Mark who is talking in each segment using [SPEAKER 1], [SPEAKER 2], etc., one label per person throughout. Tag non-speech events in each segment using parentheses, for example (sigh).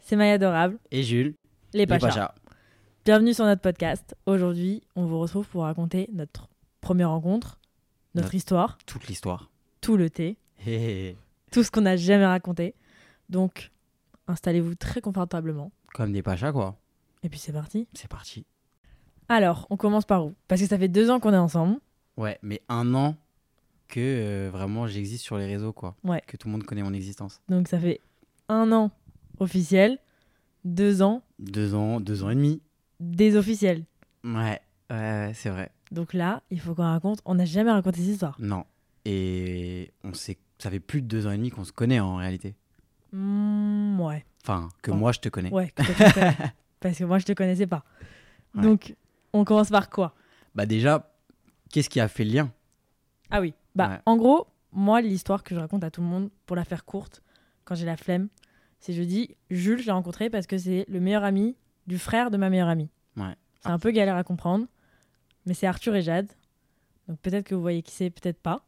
[SPEAKER 1] c'est Maya Adorable,
[SPEAKER 2] et Jules.
[SPEAKER 1] les
[SPEAKER 2] les
[SPEAKER 1] Pachas.
[SPEAKER 2] Pachas.
[SPEAKER 1] Bienvenue sur notre podcast. Aujourd'hui, on vous retrouve pour raconter notre première rencontre, notre
[SPEAKER 2] Notre-
[SPEAKER 1] histoire,
[SPEAKER 2] Toute l'histoire.
[SPEAKER 1] tout le thé,
[SPEAKER 2] Hé, hé, hé.
[SPEAKER 1] tout ce qu'on n'a jamais raconté. Donc, installez-vous très confortablement.
[SPEAKER 2] Comme des Pachas, quoi.
[SPEAKER 1] Et puis c'est parti.
[SPEAKER 2] C'est parti.
[SPEAKER 1] Alors, on commence par où Parce que ça fait deux ans qu'on est ensemble.
[SPEAKER 2] Ouais, mais un an que euh, vraiment j'existe sur les réseaux, quoi.
[SPEAKER 1] Ouais.
[SPEAKER 2] Que tout le monde connaît mon existence.
[SPEAKER 1] Donc ça fait un an officiel, deux ans
[SPEAKER 2] Deux ans, deux ans et demi.
[SPEAKER 1] désofficiel.
[SPEAKER 2] Ouais, ouais, ouais, c'est vrai.
[SPEAKER 1] Donc là, il faut qu'on raconte. On n'a jamais raconté cette histoire.
[SPEAKER 2] Non. Et on s'est... ça fait plus de deux ans et demi qu'on se connaît hein, en réalité.
[SPEAKER 1] Hmm, ouais.
[SPEAKER 2] Enfin, que
[SPEAKER 1] Enfin,
[SPEAKER 2] moi je te connais.
[SPEAKER 1] Ouais. que toi, tu me
[SPEAKER 2] (laughs)
[SPEAKER 1] connais. Parce que moi, je te connaissais pas.
[SPEAKER 2] Ouais.
[SPEAKER 1] Donc, on commence par quoi
[SPEAKER 2] Bah déjà, qu'est-ce qui a fait le lien
[SPEAKER 1] Ah oui. Bah,
[SPEAKER 2] Ouais.
[SPEAKER 1] en gros, moi, l'histoire que je raconte à tout le monde, pour la faire courte, quand j'ai la flemme, c'est je dis Jules, je l'ai rencontré parce que c'est le meilleur ami du frère de ma meilleure amie.
[SPEAKER 2] Ouais.
[SPEAKER 1] C'est un peu galère à comprendre, mais c'est Arthur et Jade. Donc peut-être que vous voyez qui c'est, peut-être pas.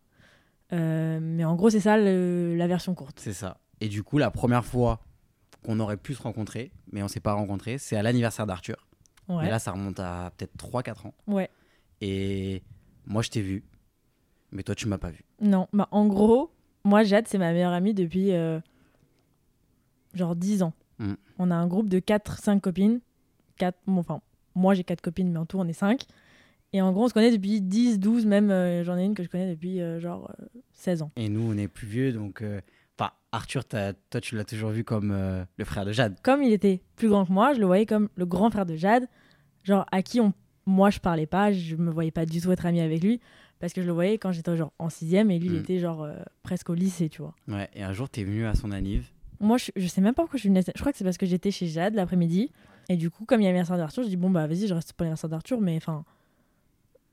[SPEAKER 1] Euh, mais en gros, c'est ça le- la version courte.
[SPEAKER 2] C'est ça. Et du coup, la première fois qu'on aurait pu se rencontrer, mais on s'est pas rencontré, c'est à l'anniversaire d'Arthur.
[SPEAKER 1] Ouais.
[SPEAKER 2] Mais là, ça remonte à peut-être 3-4 ans.
[SPEAKER 1] Ouais.
[SPEAKER 2] Et moi, je t'ai vu. Mais toi, tu m'as pas vu.
[SPEAKER 1] Non, bah en gros, moi Jade, c'est ma meilleure amie depuis euh, genre 10 ans.
[SPEAKER 2] Mm.
[SPEAKER 1] On a un groupe de 4-5 copines. 4, enfin, moi j'ai 4 copines, mais en tout on est 5. Et en gros, on se connaît depuis 10, 12, même euh, j'en ai une que je connais depuis euh, genre euh, 16 ans.
[SPEAKER 2] Et nous, on est plus vieux, donc. euh, Enfin, Arthur, t'as- toi, tu l'as toujours vu comme euh, le frère de Jade.
[SPEAKER 1] Comme il était plus grand que moi, je le voyais comme le grand frère de Jade, genre à qui on, moi je parlais pas, je me voyais pas du tout être amie avec lui, parce que je le voyais quand j'étais genre en 6 et lui il
[SPEAKER 2] Mm.
[SPEAKER 1] était genre euh, presque au lycée, tu vois.
[SPEAKER 2] Ouais. Et un jour, t'es venu à son anniv.
[SPEAKER 1] Moi, je, je sais même pas pourquoi je suis venue. à- Je crois que c'est parce que j'étais chez Jade l'après-midi. Et du coup, comme il y a l'anniversaire d'Arthur, je dis bon, bah vas-y, je reste pour l'anniversaire d'Arthur. Mais enfin,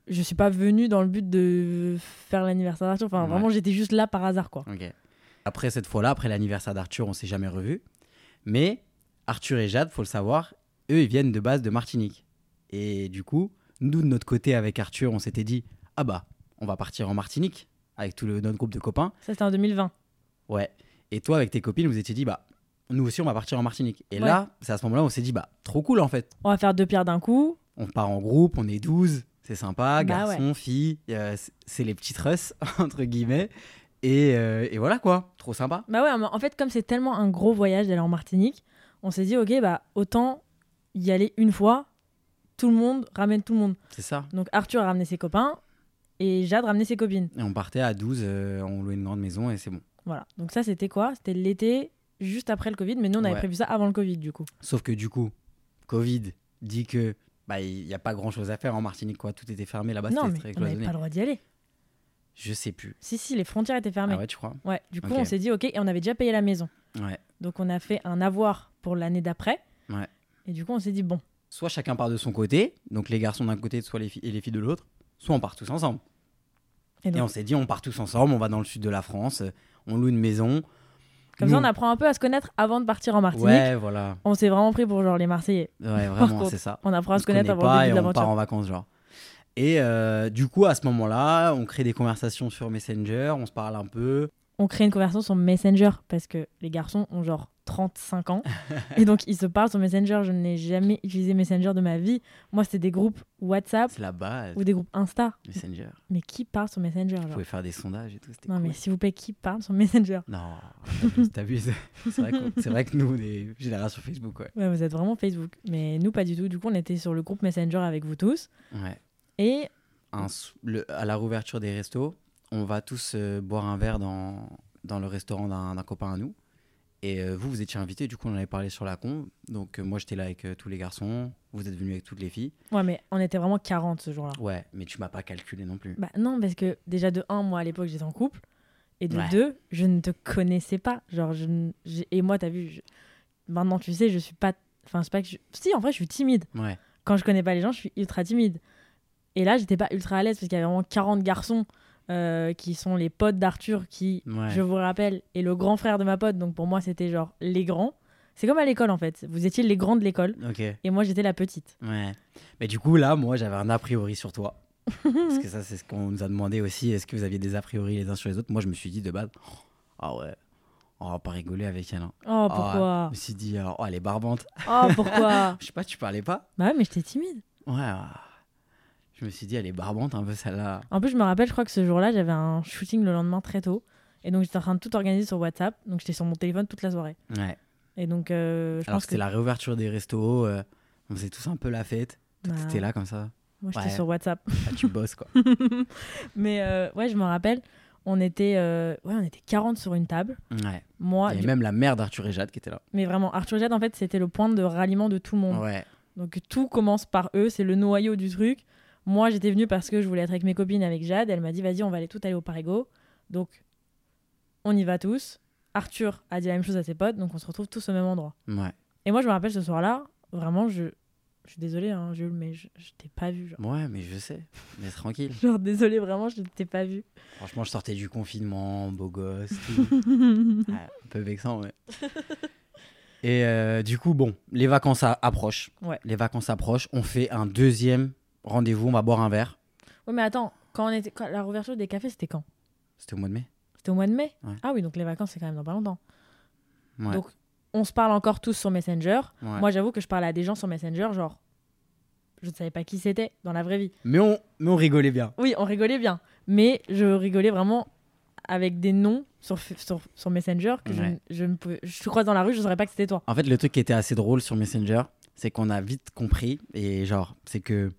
[SPEAKER 1] je suis pas venue dans le but de faire l'anniversaire d'Arthur. Enfin,
[SPEAKER 2] Ouais.
[SPEAKER 1] vraiment, j'étais juste là par hasard, quoi.
[SPEAKER 2] Ok. Après cette fois-là, après l'anniversaire d'Arthur, on s'est jamais revus. Mais Arthur et Jade, faut le savoir, eux, ils viennent de base de Martinique. Et du coup, nous, de notre côté, avec Arthur, on s'était dit Ah bah, on va partir en Martinique avec tout le, notre groupe de copains.
[SPEAKER 1] Ça, c'était en 2020.
[SPEAKER 2] Ouais. Et toi, avec tes copines, vous étiez dit, bah, nous aussi, on va partir en Martinique. Et
[SPEAKER 1] Ouais.
[SPEAKER 2] là, c'est à ce moment-là, on s'est dit, bah, trop cool en fait.
[SPEAKER 1] On va faire deux pierres d'un coup.
[SPEAKER 2] On part en groupe, on est 12, c'est
[SPEAKER 1] Bah
[SPEAKER 2] sympa, garçons, filles, euh, c- c'est les petites russes, (laughs) entre guillemets. Et, euh, et voilà quoi, trop sympa.
[SPEAKER 1] Bah ouais, mais en fait, comme c'est tellement un gros voyage d'aller en Martinique, on s'est dit ok, bah autant y aller une fois. Tout le monde ramène tout le monde.
[SPEAKER 2] C'est ça.
[SPEAKER 1] Donc Arthur a ramené ses copains et Jade ramenait ses copines.
[SPEAKER 2] Et on partait à 12, euh, on louait une grande maison et c'est bon.
[SPEAKER 1] Voilà. Donc ça, c'était quoi C'était l'été juste après le Covid, mais nous, on avait
[SPEAKER 2] Ouais.
[SPEAKER 1] prévu ça avant le Covid, du coup.
[SPEAKER 2] Sauf que du coup, Covid dit que, bah, il n'y a pas grand chose à faire en Martinique quoi, tout était fermé là-bas,
[SPEAKER 1] non,
[SPEAKER 2] Ah bah, c'était
[SPEAKER 1] mais on
[SPEAKER 2] très
[SPEAKER 1] n'avait
[SPEAKER 2] cloisonné.
[SPEAKER 1] pas le droit d'y aller.
[SPEAKER 2] Je sais plus.
[SPEAKER 1] Si, si, les frontières étaient
[SPEAKER 2] Ah
[SPEAKER 1] fermées.
[SPEAKER 2] ouais, tu crois
[SPEAKER 1] ouais. du coup,
[SPEAKER 2] Ok.
[SPEAKER 1] on s'est dit, ok, et on avait déjà payé la maison.
[SPEAKER 2] Ouais.
[SPEAKER 1] Donc, on a fait un avoir pour l'année d'après.
[SPEAKER 2] Ouais.
[SPEAKER 1] Et du coup, on s'est dit, bon,
[SPEAKER 2] soit chacun part de son côté, donc les garçons d'un côté, soit les filles et les filles de l'autre, soit on part tous ensemble.
[SPEAKER 1] Et
[SPEAKER 2] Et,
[SPEAKER 1] donc-
[SPEAKER 2] on s'est dit, on part tous ensemble, on va dans le sud de la France, euh, on loue une maison.
[SPEAKER 1] comme
[SPEAKER 2] Nous,
[SPEAKER 1] ça, on apprend un peu à se connaître avant de partir en Martinique.
[SPEAKER 2] Ouais,
[SPEAKER 1] (laughs)
[SPEAKER 2] voilà.
[SPEAKER 1] On s'est vraiment pris pour genre les Marseillais.
[SPEAKER 2] Ouais, vraiment,
[SPEAKER 1] contre,
[SPEAKER 2] c'est ça.
[SPEAKER 1] On apprend
[SPEAKER 2] On
[SPEAKER 1] à
[SPEAKER 2] se
[SPEAKER 1] se connaître
[SPEAKER 2] connaît
[SPEAKER 1] avant le
[SPEAKER 2] pas
[SPEAKER 1] début
[SPEAKER 2] et
[SPEAKER 1] de
[SPEAKER 2] on part
[SPEAKER 1] l'aventure.
[SPEAKER 2] en vacances, genre. Et euh, du coup, à ce moment-là, on crée des conversations sur Messenger, on se parle un peu.
[SPEAKER 1] On crée une conversation sur Messenger parce que les garçons ont genre 35
[SPEAKER 2] (laughs)
[SPEAKER 1] ans. et donc, ils se parlent sur Messenger. Je n'ai jamais utilisé Messenger de ma vie. Moi, c'était des groupes WhatsApp
[SPEAKER 2] C'est la base,
[SPEAKER 1] ou des groupes Insta.
[SPEAKER 2] Messenger.
[SPEAKER 1] Mais qui parle sur Messenger genre
[SPEAKER 2] Vous pouvez faire des sondages et tout, c'était
[SPEAKER 1] Non,
[SPEAKER 2] cool.
[SPEAKER 1] mais s'il vous plaît, qui parle sur Messenger
[SPEAKER 2] Non,
[SPEAKER 1] (laughs)
[SPEAKER 2] t'abuses, t'abuses. c'est vrai, qu'on- c'est vrai que nous, on est génération Facebook, ouais.
[SPEAKER 1] Ouais, vous êtes vraiment Facebook. Mais nous, pas du tout. Du coup, on était sur le groupe Messenger avec vous tous.
[SPEAKER 2] Ouais.
[SPEAKER 1] Et
[SPEAKER 2] un sou- le- à la rouverture des restos, on va tous euh, boire un verre dans, dans le restaurant d'un d'un copain à nous. Et euh, vous, vous étiez invités, du coup, on en avait parlé sur la con. Donc, euh, moi, j'étais là avec euh, tous les garçons, vous êtes venus avec toutes les filles.
[SPEAKER 1] ouais, mais on était vraiment 40 ce jour-là.
[SPEAKER 2] Ouais, mais tu m'as pas calculé non plus.
[SPEAKER 1] Bah non, parce que déjà de un, moi à l'époque, j'étais en couple. Et de
[SPEAKER 2] Ouais.
[SPEAKER 1] deux, je ne te connaissais pas. Genre, je ne- j'ai- et moi, t'as vu, je- maintenant tu sais, je suis pas. Enfin, c'est pas que je. Si, en vrai, je suis timide.
[SPEAKER 2] Ouais,
[SPEAKER 1] Quand je connais pas les gens, je suis ultra timide. Et là, j'étais pas ultra à l'aise parce qu'il y avait vraiment 40 garçons euh, qui sont les potes d'Arthur qui
[SPEAKER 2] ouais.
[SPEAKER 1] je vous rappelle, et le grand frère de ma pote, donc pour moi c'était genre les grands. C'est comme à l'école en fait, vous étiez les grands de l'école
[SPEAKER 2] Ok,
[SPEAKER 1] et moi j'étais la petite.
[SPEAKER 2] ouais. Mais du coup, là, moi, j'avais un a priori sur toi. Parce que ça, c'est ce qu'on nous a demandé aussi. Est-ce que vous aviez des a priori les uns sur les autres Moi, je me suis dit de base, oh, ah ouais, On va pas rigoler avec elle. hein.
[SPEAKER 1] Oh,
[SPEAKER 2] Ah, je
[SPEAKER 1] pourquoi
[SPEAKER 2] me suis dit, euh, oh, elle est barbante.
[SPEAKER 1] Oh,
[SPEAKER 2] (laughs)
[SPEAKER 1] pourquoi
[SPEAKER 2] Je sais pas, tu parlais pas
[SPEAKER 1] Bah ouais, mais j'étais timide.
[SPEAKER 2] Ouais. ouais. Je me suis dit, elle est barbante un peu celle-là.
[SPEAKER 1] En plus, je me rappelle, je crois que ce jour-là, j'avais un shooting le lendemain très tôt. Et donc, j'étais en train de tout organiser sur WhatsApp. Donc, j'étais sur mon téléphone toute la soirée.
[SPEAKER 2] Ouais.
[SPEAKER 1] Et donc, euh, je
[SPEAKER 2] Alors
[SPEAKER 1] pense que.
[SPEAKER 2] c'était la réouverture des restos. euh, on faisait tous un peu la fête.
[SPEAKER 1] bah,
[SPEAKER 2] T'étais là comme ça.
[SPEAKER 1] Moi, j'étais
[SPEAKER 2] Ouais.
[SPEAKER 1] sur WhatsApp. (laughs)
[SPEAKER 2] Ah, tu bosses (laughs) quoi.
[SPEAKER 1] Mais euh, ouais, je me rappelle, on était, euh, ouais, on était 40 sur une table.
[SPEAKER 2] Ouais.
[SPEAKER 1] Moi,
[SPEAKER 2] Il y avait
[SPEAKER 1] du-
[SPEAKER 2] même la mère d'Arthur et Jade qui était là.
[SPEAKER 1] mais vraiment, Arthur et Jade, en fait, c'était le point de ralliement de tout le monde.
[SPEAKER 2] Ouais.
[SPEAKER 1] Donc, tout commence par eux, c'est le noyau du truc. Moi, j'étais venue parce que je voulais être avec mes copines, avec Jade. Elle m'a dit, vas-y, on va aller tout aller au Parigo. Donc, on y va tous. Arthur a dit la même chose à ses potes, donc on se retrouve tous au même endroit.
[SPEAKER 2] Ouais.
[SPEAKER 1] Et moi, je me rappelle ce soir-là, vraiment, je, je suis désolée, hein, Jules, mais je, je t'ai pas vu. Genre, (laughs)
[SPEAKER 2] Ouais, mais je sais. Mais tranquille.
[SPEAKER 1] genre désolée, vraiment, je t'ai pas vu.
[SPEAKER 2] Franchement, je sortais du confinement, beau gosse, tout.
[SPEAKER 1] (laughs)
[SPEAKER 2] Ouais, un peu vexant, ouais. Et euh, du coup, bon, les vacances a- approchent.
[SPEAKER 1] Ouais.
[SPEAKER 2] Les vacances approchent. On fait un deuxième rendez-vous. On va boire un verre.
[SPEAKER 1] ouais, mais attends, quand on était, quand- la réouverture des cafés, c'était quand
[SPEAKER 2] C'était au mois de mai.
[SPEAKER 1] C'était au mois de mai
[SPEAKER 2] Ouais.
[SPEAKER 1] Ah oui, donc les vacances, c'est quand même dans pas longtemps.
[SPEAKER 2] Ouais.
[SPEAKER 1] Donc, on se parle encore tous sur Messenger.
[SPEAKER 2] Ouais.
[SPEAKER 1] Moi, j'avoue que je parlais à des gens sur Messenger, genre, je ne savais pas qui c'était dans la vraie vie.
[SPEAKER 2] Mais, on, mais on rigolait bien.
[SPEAKER 1] Oui, on rigolait bien, mais je rigolais vraiment avec des noms sur, sur, sur Messenger que je
[SPEAKER 2] Ouais.
[SPEAKER 1] ne- je, ne pouvais- je te croise dans la rue, je ne saurais pas que c'était toi.
[SPEAKER 2] En fait, le truc qui était assez drôle sur Messenger, c'est qu'on a vite compris. Et genre, c'est que